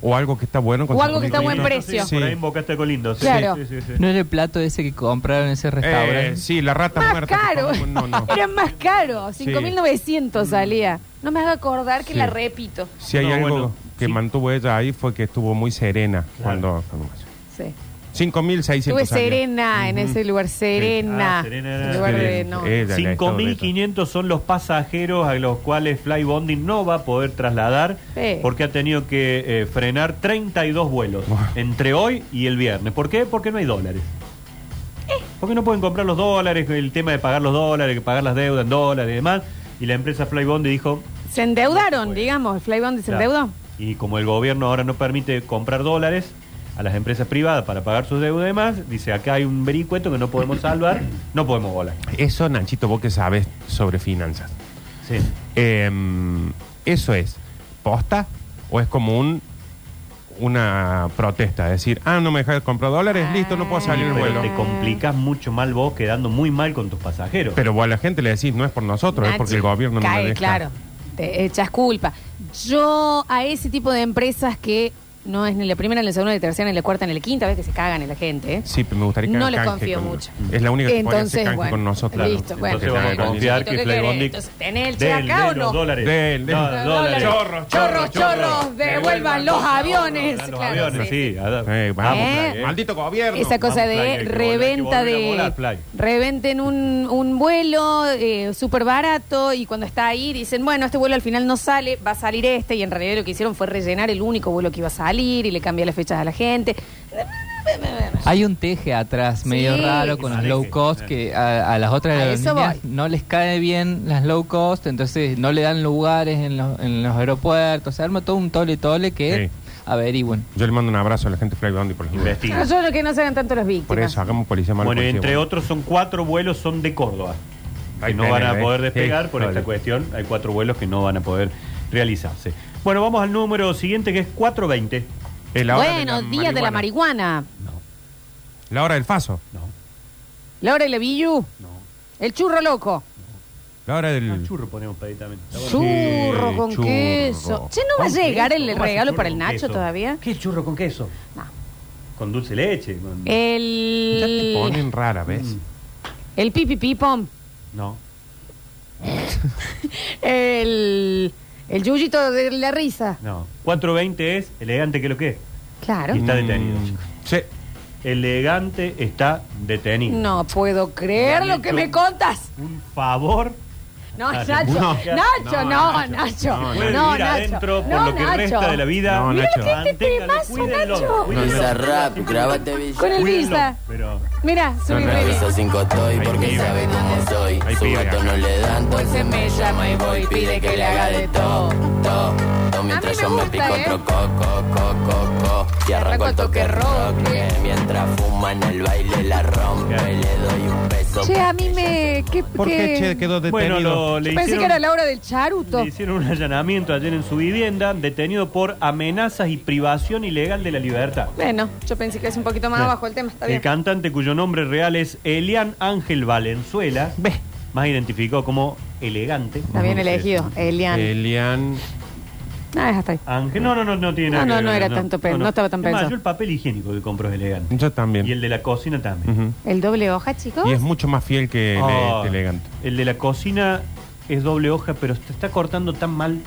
Speaker 2: o algo que está bueno. con
Speaker 1: O algo que está a buen
Speaker 2: 5.500.
Speaker 1: precio.
Speaker 3: Sí, Por ahí invocaste a Colindo. sí,
Speaker 1: Claro.
Speaker 3: sí, sí, sí.
Speaker 4: No era el plato ese que compraron en ese restaurante.
Speaker 2: Eh, sí, la rata
Speaker 1: Más
Speaker 2: muerta.
Speaker 1: caro.
Speaker 2: que comemos, no, no.
Speaker 1: Era más caro.
Speaker 2: Sí.
Speaker 1: 5.900 salía. No me haga acordar que
Speaker 2: Sí.
Speaker 1: la repito.
Speaker 2: Si hay
Speaker 3: No,
Speaker 2: algo
Speaker 3: bueno,
Speaker 2: que
Speaker 3: sí.
Speaker 2: mantuvo ella ahí fue que estuvo muy serena
Speaker 3: Claro.
Speaker 2: cuando... cuando pasó.
Speaker 1: Sí.
Speaker 2: 5.600
Speaker 1: Estuve
Speaker 2: salió.
Speaker 1: serena en ese lugar. Serena.
Speaker 3: Ah, Serena era-
Speaker 1: En lugar de-
Speaker 2: Sí,
Speaker 1: no.
Speaker 2: eh. Ella le ha estado
Speaker 3: 5.500 son los pasajeros a los cuales Flybondi no va a poder trasladar
Speaker 1: Sí.
Speaker 3: porque ha tenido que eh, frenar 32 vuelos
Speaker 2: Buah.
Speaker 3: entre hoy y el viernes. ¿Por qué? Porque no hay dólares. Porque no pueden comprar los dólares, el tema de pagar los dólares, que pagar las deudas en dólares y demás. Y la empresa Flybondi dijo...
Speaker 1: Se endeudaron, digamos. El Flybondi se
Speaker 3: "Ya".
Speaker 1: endeudó.
Speaker 3: Y como el gobierno ahora no permite comprar dólares a las empresas privadas para pagar sus deudas y demás, dice acá hay un vericueto que no podemos salvar, no podemos volar.
Speaker 2: Eso, Nachito, vos que sabes sobre finanzas.
Speaker 3: Sí.
Speaker 2: Em, ¿Eso es posta o es como un una protesta? Decir, ah, no me dejas comprar dólares,
Speaker 1: Ah.
Speaker 2: listo, no puedo salir el
Speaker 3: Pero
Speaker 2: vuelo.
Speaker 3: te complicas mucho mal vos quedando muy mal con tus pasajeros.
Speaker 2: Pero vos a la gente le decís, no es por nosotros, es porque el
Speaker 1: Nachi,
Speaker 2: gobierno no me
Speaker 1: Ah, cae,
Speaker 2: deja.
Speaker 1: claro. Te echas culpa. Yo a ese tipo de empresas que no es ni la primera, ni la segunda, ni la tercera, ni la cuarta, ni la quinta vez que se cagan en la gente. ¿eh?
Speaker 2: Sí, pero me gustaría que
Speaker 1: No
Speaker 2: hagan
Speaker 1: le
Speaker 2: canje
Speaker 1: confío
Speaker 2: con-
Speaker 1: mucho.
Speaker 2: Es la única que podría hacer
Speaker 1: Entonces,
Speaker 2: canje
Speaker 1: bueno,
Speaker 2: con nosotros.
Speaker 1: listo, bueno.
Speaker 3: Entonces vamos a confiar
Speaker 1: ¿Qué
Speaker 3: que
Speaker 1: querés?
Speaker 3: Flybondi...
Speaker 1: Entonces, ¿tenés el cheque acá o no?
Speaker 3: los dólares.
Speaker 2: Del, del.
Speaker 3: No,
Speaker 2: Los
Speaker 3: dólares.
Speaker 2: Chorros,
Speaker 1: chorros,
Speaker 2: chorros,
Speaker 1: chorros, devuelvan los aviones.
Speaker 3: Los
Speaker 1: Claro,
Speaker 3: aviones,
Speaker 1: sí.
Speaker 3: sí. a dar-
Speaker 2: Eh, vamos,
Speaker 1: ¿Eh?
Speaker 2: Fly, maldito gobierno.
Speaker 1: Esa cosa
Speaker 3: vamos, Fly,
Speaker 1: de
Speaker 3: hay que volver, hay que
Speaker 1: reventa
Speaker 3: volver a
Speaker 1: de...
Speaker 3: volar, Fly.
Speaker 1: Reventen un, un vuelo eh, súper barato y cuando está ahí dicen, bueno, este vuelo al final no sale, va a salir este y en realidad lo que hicieron fue rellenar el único vuelo que iba a salir y le cambian las fechas a la gente.
Speaker 4: Hay un teje atrás medio
Speaker 1: Sí.
Speaker 4: raro con los low cost que a, a las otras
Speaker 1: A
Speaker 4: aerolíneas
Speaker 1: eso voy.
Speaker 4: no les cae bien las low cost, entonces no le dan lugares en los, en los aeropuertos. Se arma todo un tole tole que
Speaker 2: Sí.
Speaker 4: averigüen.
Speaker 2: Yo le mando un abrazo a la gente de Flybondi por las dudas.
Speaker 3: Investiga.
Speaker 1: No, yo creo que no sean tanto las víctimas.
Speaker 2: Por eso, hagamos policía mal.
Speaker 3: Bueno, y
Speaker 2: policía
Speaker 3: entre
Speaker 2: bueno.
Speaker 3: otros son cuatro vuelos son de Córdoba.
Speaker 2: Ahí
Speaker 3: Que no van a
Speaker 2: tenés,
Speaker 3: poder
Speaker 2: ¿eh?
Speaker 3: despegar
Speaker 2: Sí,
Speaker 3: por esta
Speaker 2: vale.
Speaker 3: cuestión. Hay cuatro vuelos que no van a poder realizarse. Bueno, vamos al número siguiente que es 420.
Speaker 2: Eh, la hora de
Speaker 1: bueno,
Speaker 2: la
Speaker 1: día de la marihuana.
Speaker 2: La hora del faso.
Speaker 3: No,
Speaker 1: La hora de la Billu.
Speaker 3: no.
Speaker 1: El churro loco.
Speaker 2: La hora del.
Speaker 3: Ah, churro ponemos para ahí también. Está bueno.
Speaker 1: Churro
Speaker 2: Sí,
Speaker 1: con
Speaker 2: churro.
Speaker 1: queso. Che, ¿no va a
Speaker 3: ¿Con
Speaker 1: llegar
Speaker 3: queso?
Speaker 1: el
Speaker 3: ¿Cómo hace
Speaker 1: regalo
Speaker 3: churro
Speaker 1: para el
Speaker 3: con
Speaker 1: Nacho
Speaker 3: queso?
Speaker 1: todavía?
Speaker 3: ¿Qué churro con queso?
Speaker 1: No.
Speaker 3: Con dulce de leche. con-
Speaker 1: Eh.
Speaker 2: Ya te
Speaker 1: El,
Speaker 2: ponen rara, ¿ves?
Speaker 3: Mm.
Speaker 1: el pipi pipom.
Speaker 3: No.
Speaker 1: El, el yuyito de la risa.
Speaker 3: No. 420 es elegante que lo que es.
Speaker 1: Claro.
Speaker 3: Y está detenido,
Speaker 2: Mm,
Speaker 3: chico.
Speaker 2: Sí.
Speaker 3: Elegante está detenido.
Speaker 1: No puedo creer lo que me contas.
Speaker 3: Un favor
Speaker 1: No,
Speaker 3: Ah,
Speaker 1: Nacho.
Speaker 2: no.
Speaker 1: Nacho, no, Nacho. No,
Speaker 3: Pueden
Speaker 1: Nacho.
Speaker 3: vivir adentro por
Speaker 1: No,
Speaker 3: lo que resta de la vida.
Speaker 2: No,
Speaker 1: Mira
Speaker 2: Nacho.
Speaker 1: que este
Speaker 3: Manténganlo,
Speaker 1: temazo,
Speaker 3: cuídenlo,
Speaker 1: Nacho.
Speaker 3: cuídenlo.
Speaker 5: rap, grábate
Speaker 1: Con el
Speaker 3: Cuídenlo,
Speaker 1: Visa.
Speaker 3: Pero
Speaker 1: Mira, subí
Speaker 2: No, no,
Speaker 1: Visa.
Speaker 5: Eso cinco estoy porque sabe cómo soy.
Speaker 2: Hay
Speaker 5: Su
Speaker 2: pibe
Speaker 5: gato
Speaker 2: acá.
Speaker 5: no le dan,
Speaker 1: Pues se
Speaker 5: entonces
Speaker 1: me
Speaker 5: me llama y voy. Pide que le haga de todo, todo, todo. Mientras
Speaker 1: me
Speaker 5: yo me
Speaker 1: gusta,
Speaker 5: pico
Speaker 1: ¿eh?
Speaker 5: otro coco, coco, coco. Y arranco el toque rock.
Speaker 1: eh.
Speaker 5: Mientras fuma en el baile la rompe.
Speaker 3: Claro.
Speaker 5: Le doy un beso.
Speaker 1: Che, a mí me. ¿Qué,
Speaker 2: ¿Por qué Che quedó detenido?
Speaker 3: bueno, lo, le
Speaker 1: Pensé
Speaker 3: hicieron-
Speaker 1: que era la hora del charuto.
Speaker 3: Le hicieron un allanamiento ayer en su vivienda, detenido por amenazas y privación ilegal de la libertad.
Speaker 1: Bueno, yo pensé que es un poquito más abajo el tema. Está
Speaker 3: El
Speaker 1: bien.
Speaker 3: cantante cuyo nombre real es Elian Ángel Valenzuela,
Speaker 2: Ve.
Speaker 3: más identificado como elegante.
Speaker 1: Está bien elegido. Elian.
Speaker 2: Elian.
Speaker 1: Ah, es hasta ahí.
Speaker 3: Ángel, no, no, no, no tiene nada
Speaker 1: No, no,
Speaker 3: que ver,
Speaker 1: no era tanto pe- no estaba tan
Speaker 3: Es más,
Speaker 1: pensado.
Speaker 3: yo el papel higiénico que compro es elegante.
Speaker 2: Yo también.
Speaker 3: Y el de la cocina también.
Speaker 2: Ujú.
Speaker 1: El doble hoja, chicos.
Speaker 2: Y es mucho más fiel que el,
Speaker 3: Ah,
Speaker 2: este elegante.
Speaker 3: El de la cocina es doble hoja, pero te está cortando tan mal.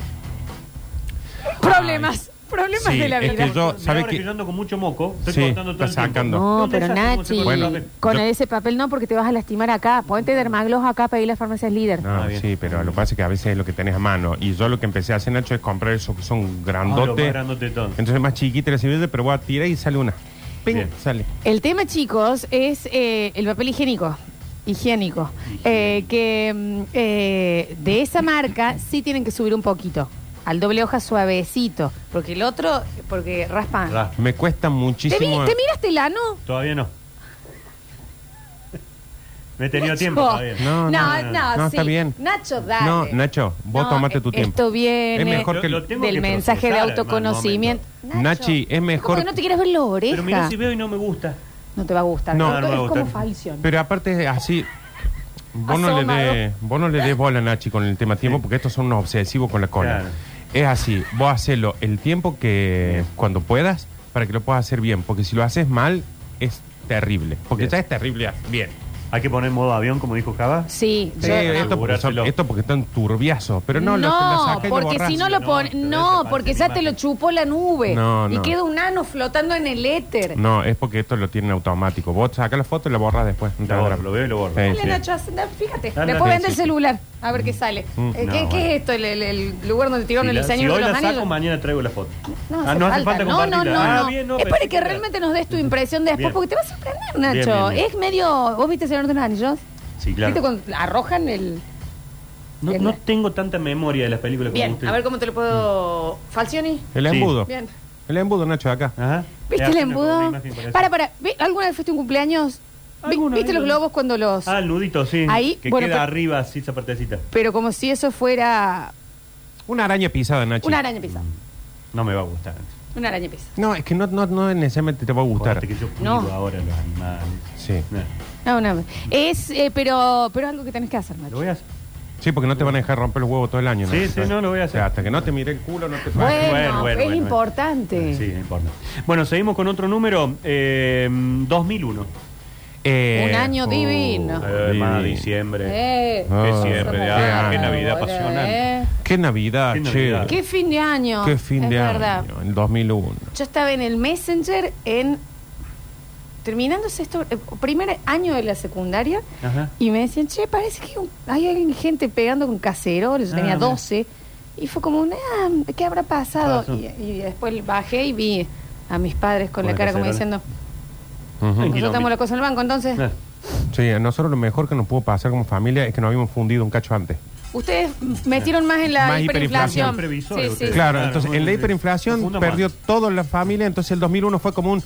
Speaker 1: Problemas. Problemas
Speaker 2: Sí,
Speaker 1: de la
Speaker 2: es
Speaker 1: vida.
Speaker 2: que yo-
Speaker 3: Mirá
Speaker 2: ¿sabe
Speaker 3: ahora
Speaker 2: qué?
Speaker 3: que yo ando con mucho moco, estoy
Speaker 2: Sí,
Speaker 3: cortando todo
Speaker 2: está
Speaker 3: el tiempo.
Speaker 2: sacando.
Speaker 1: No,
Speaker 3: ¿Dónde
Speaker 1: pero
Speaker 3: sacas cómo se
Speaker 1: Nachi,
Speaker 3: corta el papel?
Speaker 1: con
Speaker 2: Yo-
Speaker 1: ese papel no, porque te vas a lastimar acá. Ponte dermaglos acá para ir a las farmacias líder.
Speaker 2: No,
Speaker 3: Ah, bien.
Speaker 2: sí, pero lo que pasa es que a veces es lo que tenés a mano. Y yo lo que empecé a hacer, Nacho, es comprar esos que son
Speaker 3: Ah, lo más
Speaker 2: grandotes.
Speaker 3: grandote de todo.
Speaker 2: Entonces más chiquita la servilleta, pero voy a tirar y sale una. Ping,
Speaker 3: Bien.
Speaker 2: sale.
Speaker 1: El tema, chicos, es eh, el papel higiénico. Higiénico. Eh, que mm, eh, de esa marca sí tienen que subir un poquito. Al doble hoja suavecito. Porque el otro, porque raspa.
Speaker 3: Ra-
Speaker 2: Me cuesta
Speaker 1: ¿Te, vi-
Speaker 2: muchísimo.
Speaker 1: te miraste el ano?
Speaker 3: Todavía no. No he tenido
Speaker 1: Nacho.
Speaker 3: tiempo todavía.
Speaker 1: no,
Speaker 2: No, no,
Speaker 1: no,
Speaker 2: no,
Speaker 1: sí.
Speaker 2: está bien.
Speaker 1: Nacho, dale.
Speaker 2: No, Nacho, vos
Speaker 1: No,
Speaker 2: tomate tu
Speaker 1: eh,
Speaker 2: tiempo.
Speaker 1: Esto viene
Speaker 2: Es mejor que el-
Speaker 3: tengo
Speaker 1: del
Speaker 3: que
Speaker 1: mensaje de
Speaker 3: procesar, además,
Speaker 1: autoconocimiento.
Speaker 3: en
Speaker 1: Nacho,
Speaker 2: Nachi, es mejor-
Speaker 1: como que no te quieres ver la oreja.
Speaker 3: Pero mira si veo y no me gusta.
Speaker 1: No te va a gustar.
Speaker 2: No,
Speaker 1: es
Speaker 3: no me va a
Speaker 1: como
Speaker 3: gustar.
Speaker 1: falsión.
Speaker 2: Pero aparte, así. Vos no, le
Speaker 1: Asomado.
Speaker 2: des, vos no le des bola, Nachi, con el tema tiempo, porque estos son unos obsesivos con la cola.
Speaker 3: Claro.
Speaker 2: Es así, vos hacelo el tiempo que cuando puedas para que lo puedas hacer bien, porque si lo haces mal es terrible, porque
Speaker 3: Bien.
Speaker 2: ya es terrible. Bien.
Speaker 3: Hay que poner modo avión, como dijo Java.
Speaker 1: Sí,
Speaker 2: Sí,
Speaker 1: yo-
Speaker 2: esto, porque son-
Speaker 3: Aseguráselo.
Speaker 2: esto porque están turbiazos, pero no,
Speaker 1: no,
Speaker 2: lo- la saca y lo
Speaker 1: porque
Speaker 2: borrás.
Speaker 1: si no lo
Speaker 3: No,
Speaker 1: pones.
Speaker 3: pero
Speaker 1: No,
Speaker 3: ese parece
Speaker 1: porque
Speaker 3: mi
Speaker 1: ya te
Speaker 3: imagen.
Speaker 1: lo chupó la nube.
Speaker 2: No,
Speaker 1: Y
Speaker 2: no.
Speaker 1: queda un ano flotando en el éter.
Speaker 2: No, es porque esto lo tienen automático. Vos sacas la foto y la borras después. No te
Speaker 3: Lo
Speaker 2: da
Speaker 3: borro,
Speaker 2: drama.
Speaker 3: lo veo y lo borro.
Speaker 2: Sí,
Speaker 1: Dale,
Speaker 2: sí.
Speaker 1: Nacho, haz- da- fíjate.
Speaker 3: Dale,
Speaker 1: Después
Speaker 2: sí,
Speaker 1: vende el
Speaker 2: sí.
Speaker 1: celular. A ver qué sale.
Speaker 2: Mm,
Speaker 1: Eh, ¿qué,
Speaker 3: no,
Speaker 1: qué
Speaker 3: bueno.
Speaker 1: es esto? ¿El, el- el lugar donde tiraron
Speaker 3: Si
Speaker 1: el
Speaker 3: la, si
Speaker 1: diseño
Speaker 3: hoy
Speaker 1: de los
Speaker 3: la
Speaker 1: anillos?
Speaker 3: saco, mañana traigo la foto.
Speaker 1: No,
Speaker 3: Ah,
Speaker 1: hace falta. no, no, no,
Speaker 3: compartirla. Ah,
Speaker 1: no.
Speaker 3: bien, no,
Speaker 1: es para
Speaker 3: perfecto.
Speaker 1: que realmente nos des tu impresión de después,
Speaker 3: Bien.
Speaker 1: porque te vas a sorprender,
Speaker 3: Bien,
Speaker 1: Nacho.
Speaker 3: bien, bien.
Speaker 1: Es medio. ¿Vos viste el Señor de los Anillos?
Speaker 3: Sí, claro.
Speaker 1: ¿Viste cuando arrojan el.
Speaker 3: No, no tengo tanta memoria de las películas como
Speaker 1: Bien,
Speaker 3: usted.
Speaker 1: a ver cómo te lo puedo. Falcioni.
Speaker 2: El
Speaker 3: Sí.
Speaker 2: embudo.
Speaker 1: Bien.
Speaker 2: El embudo, Nacho, de acá.
Speaker 3: Ajá.
Speaker 1: ¿Viste
Speaker 3: Le
Speaker 1: el
Speaker 3: hacen una- una
Speaker 1: embudo?
Speaker 3: imagen con eso.
Speaker 1: Para, para. ¿Vi- ¿Alguna vez fuiste a un cumpleaños? Vi-
Speaker 3: Alguna,
Speaker 1: ¿Viste los
Speaker 3: alguna.
Speaker 1: globos cuando los.?
Speaker 3: Ah, el nudito, sí.
Speaker 1: Ahí,
Speaker 3: que
Speaker 1: bueno,
Speaker 3: queda
Speaker 1: pero-
Speaker 3: arriba, así, esa partecita.
Speaker 1: Pero como si eso fuera.
Speaker 2: Una araña pisada, Nacho.
Speaker 1: Una araña pisada.
Speaker 3: No me va a gustar.
Speaker 1: Una araña pisada.
Speaker 2: No, es que no, no, no necesariamente te va a gustar.
Speaker 3: Acuérdate este que yo cuido
Speaker 1: No.
Speaker 3: ahora los animales.
Speaker 2: Sí.
Speaker 3: Nah,
Speaker 1: No, no. Es, eh, pero, pero algo que tenés que hacer,
Speaker 3: Lo
Speaker 1: Nacho.
Speaker 3: voy a hacer.
Speaker 2: Sí, porque no te van a dejar romper los huevos todo el año.
Speaker 3: Sí, sí, no, lo voy a
Speaker 2: O sea,
Speaker 3: hacer.
Speaker 2: hasta que no te mire el culo, no te
Speaker 1: Bueno,
Speaker 3: Bueno, bueno,
Speaker 1: es
Speaker 3: bueno. Ah,
Speaker 1: importante.
Speaker 3: Sí, no importa. Bueno, seguimos con otro número. eh, 2001.
Speaker 2: Eh,
Speaker 1: Un año divino.
Speaker 3: Eh, más diciembre.
Speaker 1: Eh,
Speaker 2: Ah,
Speaker 3: Qué cierre de año. Qué
Speaker 2: ah,
Speaker 3: Navidad
Speaker 1: boludo,
Speaker 3: apasionante.
Speaker 1: eh.
Speaker 2: Qué Navidad,
Speaker 3: Qué
Speaker 2: che.
Speaker 3: Navidad.
Speaker 1: Qué fin de año.
Speaker 2: Qué fin
Speaker 1: es
Speaker 2: de
Speaker 1: verdad.
Speaker 2: año. El 2001.
Speaker 1: Yo estaba en el Messenger en. Terminando sexto. eh, primer año de la secundaria.
Speaker 3: Ajá.
Speaker 1: Y me decían, che, parece que un- hay alguien, gente pegando con caceroles. Yo
Speaker 3: Ah,
Speaker 1: tenía
Speaker 3: mira.
Speaker 1: 12. Y fue como, una, ah, ¿qué habrá pasado?
Speaker 3: Pasó.
Speaker 1: Y, y después bajé y vi a mis padres con
Speaker 3: Con
Speaker 1: la
Speaker 3: el
Speaker 1: cara como
Speaker 3: cacerola.
Speaker 1: diciendo,
Speaker 2: Ujú.
Speaker 3: Ay.
Speaker 1: nosotros tenemos la cosa en el banco, entonces.
Speaker 3: Nah.
Speaker 2: Sí, a nosotros lo mejor que nos pudo pasar como familia es que nos habíamos fundido un cacho antes.
Speaker 1: Ustedes metieron más en la
Speaker 2: Más
Speaker 1: hiperinflación.
Speaker 2: hiperinflación.
Speaker 3: Previsores
Speaker 1: Sí, sí.
Speaker 3: ustedes.
Speaker 2: Claro,
Speaker 3: claro,
Speaker 2: entonces
Speaker 3: muy
Speaker 2: en la
Speaker 3: bien.
Speaker 2: hiperinflación
Speaker 3: Nos juntamos
Speaker 2: perdió
Speaker 3: más.
Speaker 2: toda la familia, entonces el 2001 fue como un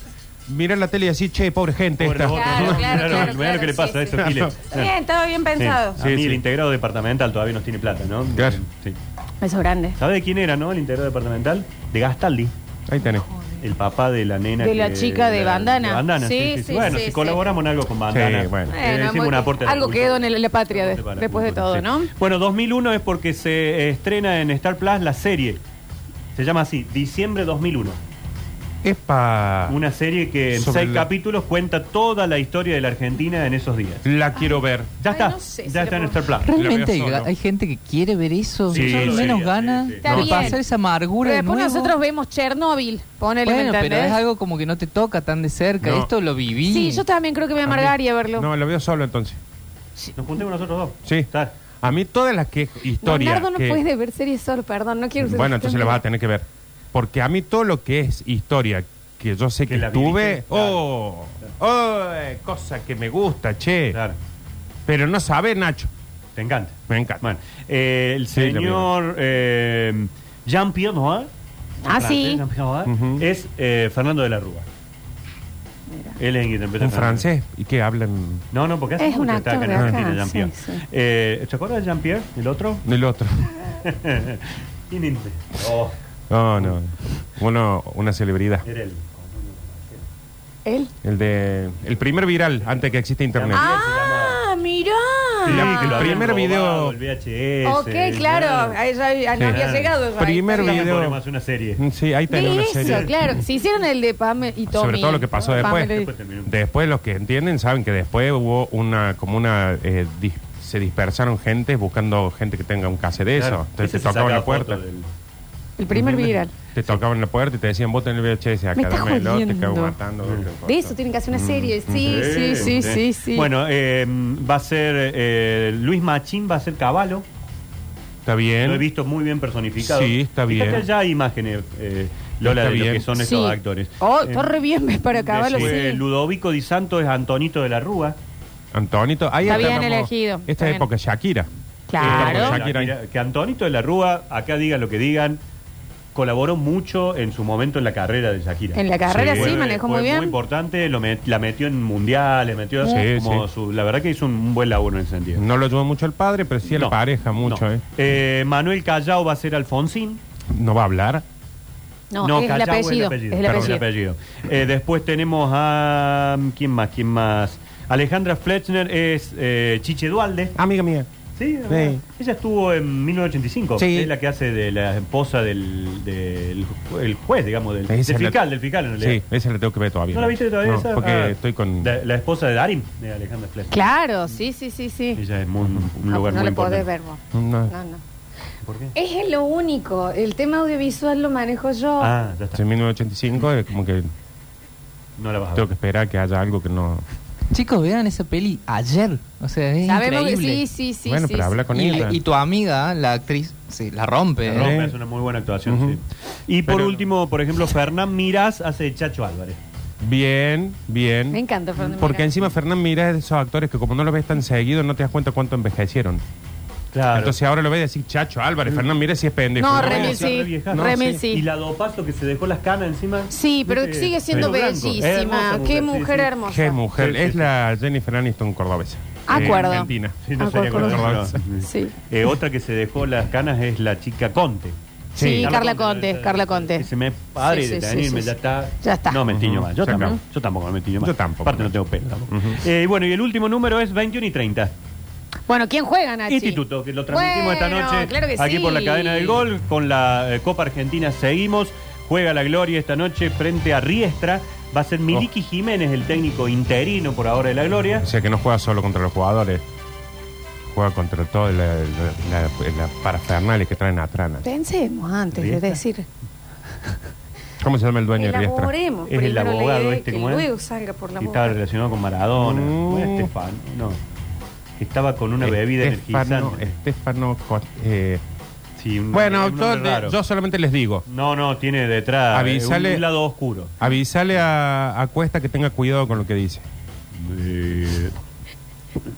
Speaker 2: mirar la tele y decir, che, pobre gente
Speaker 3: Pobre
Speaker 2: esta.
Speaker 3: vos,
Speaker 1: Claro,
Speaker 3: ¿no?
Speaker 1: claro, claro,
Speaker 3: Mirá lo que le
Speaker 1: claro,
Speaker 3: pasa a
Speaker 1: sí,
Speaker 3: esos
Speaker 2: sí.
Speaker 3: giles.
Speaker 1: Está Bien, estaba bien pensado.
Speaker 3: Sí, a mí
Speaker 2: sí.
Speaker 3: el integrado departamental todavía nos tiene plata, ¿no?
Speaker 2: Claro.
Speaker 3: Sí.
Speaker 1: Eso grande.
Speaker 3: ¿Sabe de quién era, no? El integrado departamental. De Gastaldi,
Speaker 2: Ahí tenés.
Speaker 3: el papá de la nena.
Speaker 1: De la chica de bandana. Sí,
Speaker 3: Sí, sí, sí.
Speaker 1: sí,
Speaker 3: Bueno,
Speaker 1: sí,
Speaker 3: si
Speaker 1: sí.
Speaker 3: colaboramos en algo con bandana.
Speaker 2: Sí, bueno.
Speaker 3: eh,
Speaker 1: Bueno,
Speaker 3: hicimos
Speaker 1: muy-
Speaker 3: un aporte a la
Speaker 1: algo
Speaker 3: cultura.
Speaker 1: quedó en la patria de-
Speaker 3: Aporte para la
Speaker 1: después de todo,
Speaker 3: cultura,
Speaker 1: ¿no?
Speaker 3: sí. Bueno, 2001 es porque se eh, estrena en Star Plus la serie. Se llama así, Diciembre 2001.
Speaker 2: Es para...
Speaker 3: Una serie que en
Speaker 2: Ah. Sobre
Speaker 3: seis
Speaker 2: la-
Speaker 3: capítulos cuenta toda la historia de la Argentina en esos días.
Speaker 2: La quiero ver.
Speaker 1: Ay,
Speaker 3: Ya está,
Speaker 1: no sé si
Speaker 3: ya está
Speaker 1: la
Speaker 3: en Star
Speaker 1: puedo-
Speaker 3: Plus.
Speaker 4: Realmente hay,
Speaker 2: solo.
Speaker 4: ga- hay gente que quiere ver eso.
Speaker 3: Sí,
Speaker 4: Yo
Speaker 3: sí,
Speaker 4: menos
Speaker 3: sí,
Speaker 4: ganas
Speaker 3: sí, sí.
Speaker 1: Está
Speaker 4: de
Speaker 1: bien.
Speaker 4: pasar esa amargura
Speaker 1: Pero
Speaker 4: de
Speaker 1: después
Speaker 4: nuevo.
Speaker 1: nosotros vemos Chernobyl, ponele,
Speaker 4: bueno,
Speaker 1: ¿me
Speaker 4: pero
Speaker 1: entendés?
Speaker 4: es algo como que no te toca tan de cerca.
Speaker 2: No.
Speaker 4: Esto lo viví.
Speaker 1: Sí, yo también creo que me amargaría verlo.
Speaker 2: No, lo veo solo entonces.
Speaker 3: Nos juntemos nosotros dos.
Speaker 2: Sí.
Speaker 3: Está.
Speaker 2: A mí todas las que historias.
Speaker 1: Leonardo no
Speaker 2: que-
Speaker 1: puede ver series solo, perdón, no quiero usar
Speaker 2: Bueno,
Speaker 1: ese
Speaker 2: entonces la
Speaker 1: ejemplo.
Speaker 2: vas a tener que ver. Porque a mí todo lo que es historia que yo sé
Speaker 3: Que
Speaker 2: que,
Speaker 3: la
Speaker 2: tuve,
Speaker 3: viviste,
Speaker 2: oh, oh, eh, cosa que me gusta, che.
Speaker 3: Claro,
Speaker 2: Pero no sabe, Nacho.
Speaker 3: te encanta.
Speaker 2: Me encanta.
Speaker 3: Bueno, eh, el
Speaker 2: Sí, la
Speaker 3: señor eh, Jean-Pierre Noir.
Speaker 1: Ah,
Speaker 3: francés,
Speaker 1: sí.
Speaker 3: Jean-Pierre Noir,
Speaker 2: Ujú.
Speaker 3: Es eh, Fernando de la Rúa. Él es interpreta
Speaker 2: Un
Speaker 3: a Fernando.
Speaker 2: francés y que hablan
Speaker 3: No, no, porque hace
Speaker 1: Es un
Speaker 3: mucho que está
Speaker 1: actor
Speaker 3: acá en
Speaker 1: de acá,
Speaker 3: Argentina, Jean-Pierre.
Speaker 1: sí, sí.
Speaker 3: Eh, ¿Te acuerdas de Jean-Pierre, el otro?
Speaker 2: del otro.
Speaker 3: ¿Quién es? Oh,
Speaker 2: No, no. Uno, una celebridad.
Speaker 3: era él.
Speaker 1: Él.
Speaker 2: El de. El primer viral antes que existe internet.
Speaker 1: Ah, mirá.
Speaker 3: Sí,
Speaker 2: la-
Speaker 3: que lo
Speaker 2: el
Speaker 3: habían
Speaker 2: primer video.
Speaker 3: robado, El VHS.
Speaker 1: ok, claro. Ahí ya había- no
Speaker 2: Sí.
Speaker 1: había llegado. ya, ahí
Speaker 2: Primer
Speaker 1: está bien.
Speaker 2: video.
Speaker 3: Ponemos una serie.
Speaker 2: Sí, ahí tenés
Speaker 1: De
Speaker 2: una
Speaker 1: eso,
Speaker 2: serie.
Speaker 1: claro. Si hicieron el de Pame y Tommy.
Speaker 2: Sobre todo lo que pasó después.
Speaker 1: Pamela y-
Speaker 3: Después terminó.
Speaker 2: Después los que entienden saben que después hubo una como una eh, dis- se dispersaron gente buscando gente que tenga un case de eso.
Speaker 3: Claro.
Speaker 2: Entonces
Speaker 3: Ese
Speaker 2: te
Speaker 3: se
Speaker 2: tocaban
Speaker 3: sacaba
Speaker 2: la puerta.
Speaker 3: foto del-
Speaker 1: El primer viral.
Speaker 2: Te tocaban la puerta y te decían, vos tenés el VHS
Speaker 1: Me
Speaker 2: acá,
Speaker 1: está
Speaker 2: dámelo, te cago
Speaker 1: jodiendo.
Speaker 2: matando.
Speaker 1: De eso tienen que hacer una serie. Sí, sí, sí, sí, sí.
Speaker 3: Bueno, eh, va a ser eh, Luis Machín, va a ser Caballo.
Speaker 2: Está
Speaker 3: Lo he
Speaker 2: bien.
Speaker 3: visto muy bien personificado.
Speaker 2: ¿Eh? Sí, está
Speaker 3: Fíjate,
Speaker 2: bien.
Speaker 3: ya hay imágenes, eh, Lola,
Speaker 2: Está
Speaker 3: de lo
Speaker 2: bien.
Speaker 3: que son estos actores.
Speaker 1: Oh,
Speaker 3: Eh,
Speaker 1: corre bien ves, para acabarlo.
Speaker 3: después,
Speaker 1: Sí.
Speaker 3: Ludovico Di Santo es Antonito de la Rúa.
Speaker 2: Antonito, ahí
Speaker 1: Está bien
Speaker 2: estábamos-
Speaker 1: elegido,
Speaker 2: Esta
Speaker 1: está bien.
Speaker 2: época Shakira.
Speaker 1: Claro.
Speaker 2: Eh, Shakira.
Speaker 3: Que- Que Antonito de la Rúa, acá digan lo que digan, colaboró mucho en su momento en la carrera de Shakira.
Speaker 1: En la carrera sí,
Speaker 3: Fue-
Speaker 1: manejó
Speaker 3: fue
Speaker 1: muy bien.
Speaker 3: Muy importante, lo met- la metió en mundiales, metió
Speaker 2: Sí,
Speaker 3: como
Speaker 2: sí.
Speaker 3: su- la verdad que hizo un buen laburo en ese sentido.
Speaker 2: No lo ayudó mucho el padre, pero sí a la
Speaker 3: No,
Speaker 2: pareja mucho,
Speaker 3: no.
Speaker 2: ¿eh?
Speaker 3: Eh, Manuel Callao va a ser Alfonsín.
Speaker 2: No va a hablar.
Speaker 1: No, es el
Speaker 3: Callao
Speaker 1: apellido. Es el
Speaker 3: Perdón,
Speaker 1: apellido.
Speaker 3: apellido. Eh, después tenemos a. mm, ¿Quién más? ¿Quién más? Alejandra Fletchner es eh, Chiche Dualde.
Speaker 2: Amiga mía.
Speaker 3: Sí,
Speaker 2: Sí.
Speaker 3: ella estuvo en 1985.
Speaker 2: Sí.
Speaker 3: Es la que hace de la esposa del, del ju- el juez, digamos, del,
Speaker 2: Esa
Speaker 3: del
Speaker 2: es la-
Speaker 3: fiscal, del fiscal en
Speaker 2: Sí,
Speaker 3: realidad.
Speaker 2: esa la tengo que ver todavía.
Speaker 3: ¿No la viste todavía
Speaker 2: No,
Speaker 3: esa?
Speaker 2: Porque
Speaker 3: Ah,
Speaker 2: estoy con.
Speaker 3: La, la esposa de Darín, de Alejandra Fletchner.
Speaker 1: Claro, sí, sí, sí, sí.
Speaker 3: Ella es muy- un
Speaker 1: No,
Speaker 3: lugar
Speaker 1: no
Speaker 3: muy
Speaker 1: le podés
Speaker 3: importante.
Speaker 1: ver vos.
Speaker 2: No.
Speaker 1: No, no.
Speaker 3: ¿Por qué?
Speaker 1: Es lo único. El tema audiovisual lo manejo yo.
Speaker 3: Ah, ya está.
Speaker 2: En 1985 es eh, como que
Speaker 3: No la vas a ver.
Speaker 2: tengo que esperar que haya algo que no.
Speaker 4: Chicos, vean esa peli ayer. O sea, es
Speaker 1: Sabemos
Speaker 4: increíble.
Speaker 1: que sí, sí, sí.
Speaker 2: bueno,
Speaker 1: sí,
Speaker 2: pero
Speaker 1: sí.
Speaker 2: habla con
Speaker 4: y,
Speaker 2: ella.
Speaker 4: y tu amiga, la actriz, sí, la rompe.
Speaker 3: La
Speaker 4: ¿eh?
Speaker 3: rompe,
Speaker 2: Eh.
Speaker 3: es una muy buena actuación,
Speaker 2: Ujú.
Speaker 3: sí. Y por
Speaker 2: Pero-
Speaker 3: último, por ejemplo, Fernán Mirás hace de Chacho Álvarez.
Speaker 2: Bien, bien.
Speaker 1: Me encanta Fernando
Speaker 2: Porque
Speaker 1: Miranda.
Speaker 2: encima Fernán Mira es de esos actores que como no lo ves tan seguido no te das cuenta cuánto envejecieron.
Speaker 3: Claro. Mm.
Speaker 2: Entonces ahora lo ves y decís, Chacho Álvarez, Fernán Mira sí es pendejo.
Speaker 1: No,
Speaker 2: lo
Speaker 1: Remil
Speaker 2: ves.
Speaker 1: sí.
Speaker 2: No,
Speaker 1: Remil sí.
Speaker 3: Y la dopaso que se dejó las canas encima.
Speaker 1: Sí, pero
Speaker 3: ¿Viste?
Speaker 1: sigue siendo
Speaker 3: Pelo blanco. Es
Speaker 1: bellísima.
Speaker 3: hermosa
Speaker 1: Qué
Speaker 3: sí,
Speaker 1: mujer
Speaker 3: sí.
Speaker 1: hermosa.
Speaker 2: Qué mujer.
Speaker 3: Sí, sí,
Speaker 2: es
Speaker 3: sí.
Speaker 2: la Jennifer Aniston cordobesa.
Speaker 1: Ah, Acuerdo.
Speaker 2: Eh, Argentina.
Speaker 3: Sí, no
Speaker 1: Ah,
Speaker 3: sería
Speaker 1: con-
Speaker 3: cordobesa.
Speaker 1: Sí.
Speaker 3: Eh, otra que se dejó las canas es la chica Conte.
Speaker 1: Sí,
Speaker 2: Sí.
Speaker 1: Carla Conte, Carla Conte.
Speaker 3: Que se me padre
Speaker 1: Sí, sí,
Speaker 3: de
Speaker 1: sí,
Speaker 3: tenerme,
Speaker 1: sí,
Speaker 3: ya
Speaker 1: sí.
Speaker 3: está.
Speaker 1: Ya está.
Speaker 3: No me tiño
Speaker 2: Ujú,
Speaker 3: más. Yo
Speaker 2: se acabó.
Speaker 3: tampoco, yo tampoco me tiño más.
Speaker 2: Yo tampoco.
Speaker 3: Aparte no tengo pelo tampoco.
Speaker 2: Ujú.
Speaker 3: Eh, bueno, y el último número es 21 y 30.
Speaker 1: Bueno, ¿quién juega, Nachi?
Speaker 3: Instituto, que lo transmitimos esta
Speaker 1: Ah, Bueno,
Speaker 3: noche
Speaker 1: claro que
Speaker 3: aquí
Speaker 1: sí.
Speaker 3: por la cadena del gol, con la eh, Copa Argentina seguimos. Juega la gloria esta noche frente a Riestra. Va a ser Miliki
Speaker 2: Oh.
Speaker 3: Jiménez, el técnico interino por ahora de la gloria.
Speaker 2: O sea que no juega solo contra los jugadores. Juega contra toda la, la, la- la parafernalia que traen atrás. ¿no?
Speaker 1: Pensemos antes de
Speaker 3: Riestra.
Speaker 1: decir.
Speaker 2: ¿Cómo se llama el dueño de Riestra?
Speaker 1: Elaboremos.
Speaker 3: Es el
Speaker 1: primero la
Speaker 3: abogado
Speaker 1: idea
Speaker 3: este,
Speaker 1: que
Speaker 3: ¿cómo es?
Speaker 1: luego salga por la
Speaker 3: que estaba
Speaker 1: boca.
Speaker 3: relacionado con Maradona.
Speaker 2: Mm.
Speaker 3: No era Estefano, no. Que estaba con una bebida
Speaker 2: Estefano,
Speaker 3: energizante.
Speaker 2: Estefano Co- eh,
Speaker 3: Sí, un-
Speaker 2: Bueno,
Speaker 3: un
Speaker 2: yo,
Speaker 3: nombre raro.
Speaker 2: yo solamente les digo.
Speaker 3: No, no, tiene detrás eh,
Speaker 2: Avisale-
Speaker 3: un, un lado oscuro.
Speaker 2: Avisale a, a Cuesta que tenga cuidado con lo que dice. Eh,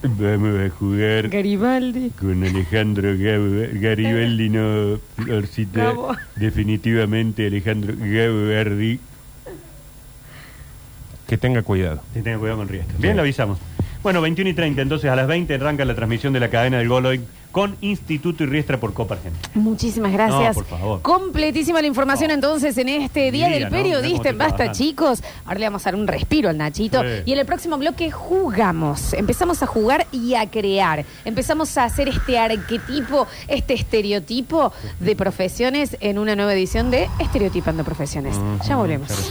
Speaker 3: vamos a jugar
Speaker 1: Garibaldi.
Speaker 3: Con Alejandro Gab- Garibaldi no Florcita.
Speaker 1: Bravo.
Speaker 3: Definitivamente Alejandro Garibaldi.
Speaker 2: Que tenga cuidado.
Speaker 3: Sí, tenga cuidado con Riestra. Bien, lo avisamos. Bueno, 21 y 30, entonces a las 20 arranca la transmisión de la cadena del Gol hoy con Instituto y Riestra por Copa Argentina.
Speaker 1: Muchísimas gracias.
Speaker 3: No, por favor.
Speaker 1: Completísima la información
Speaker 3: No.
Speaker 1: entonces en este Día
Speaker 3: Día,
Speaker 1: del
Speaker 3: ¿no? Mirá cómo
Speaker 1: Periodista
Speaker 3: te
Speaker 1: en Basta,
Speaker 3: trabajan.
Speaker 1: chicos. Ahora le vamos a dar un respiro al Nachito.
Speaker 3: Sí.
Speaker 1: Y en el próximo bloque jugamos. Empezamos a jugar y a crear. Empezamos a hacer este arquetipo, este estereotipo de profesiones en una nueva edición de Estereotipando Profesiones. Ya volvemos.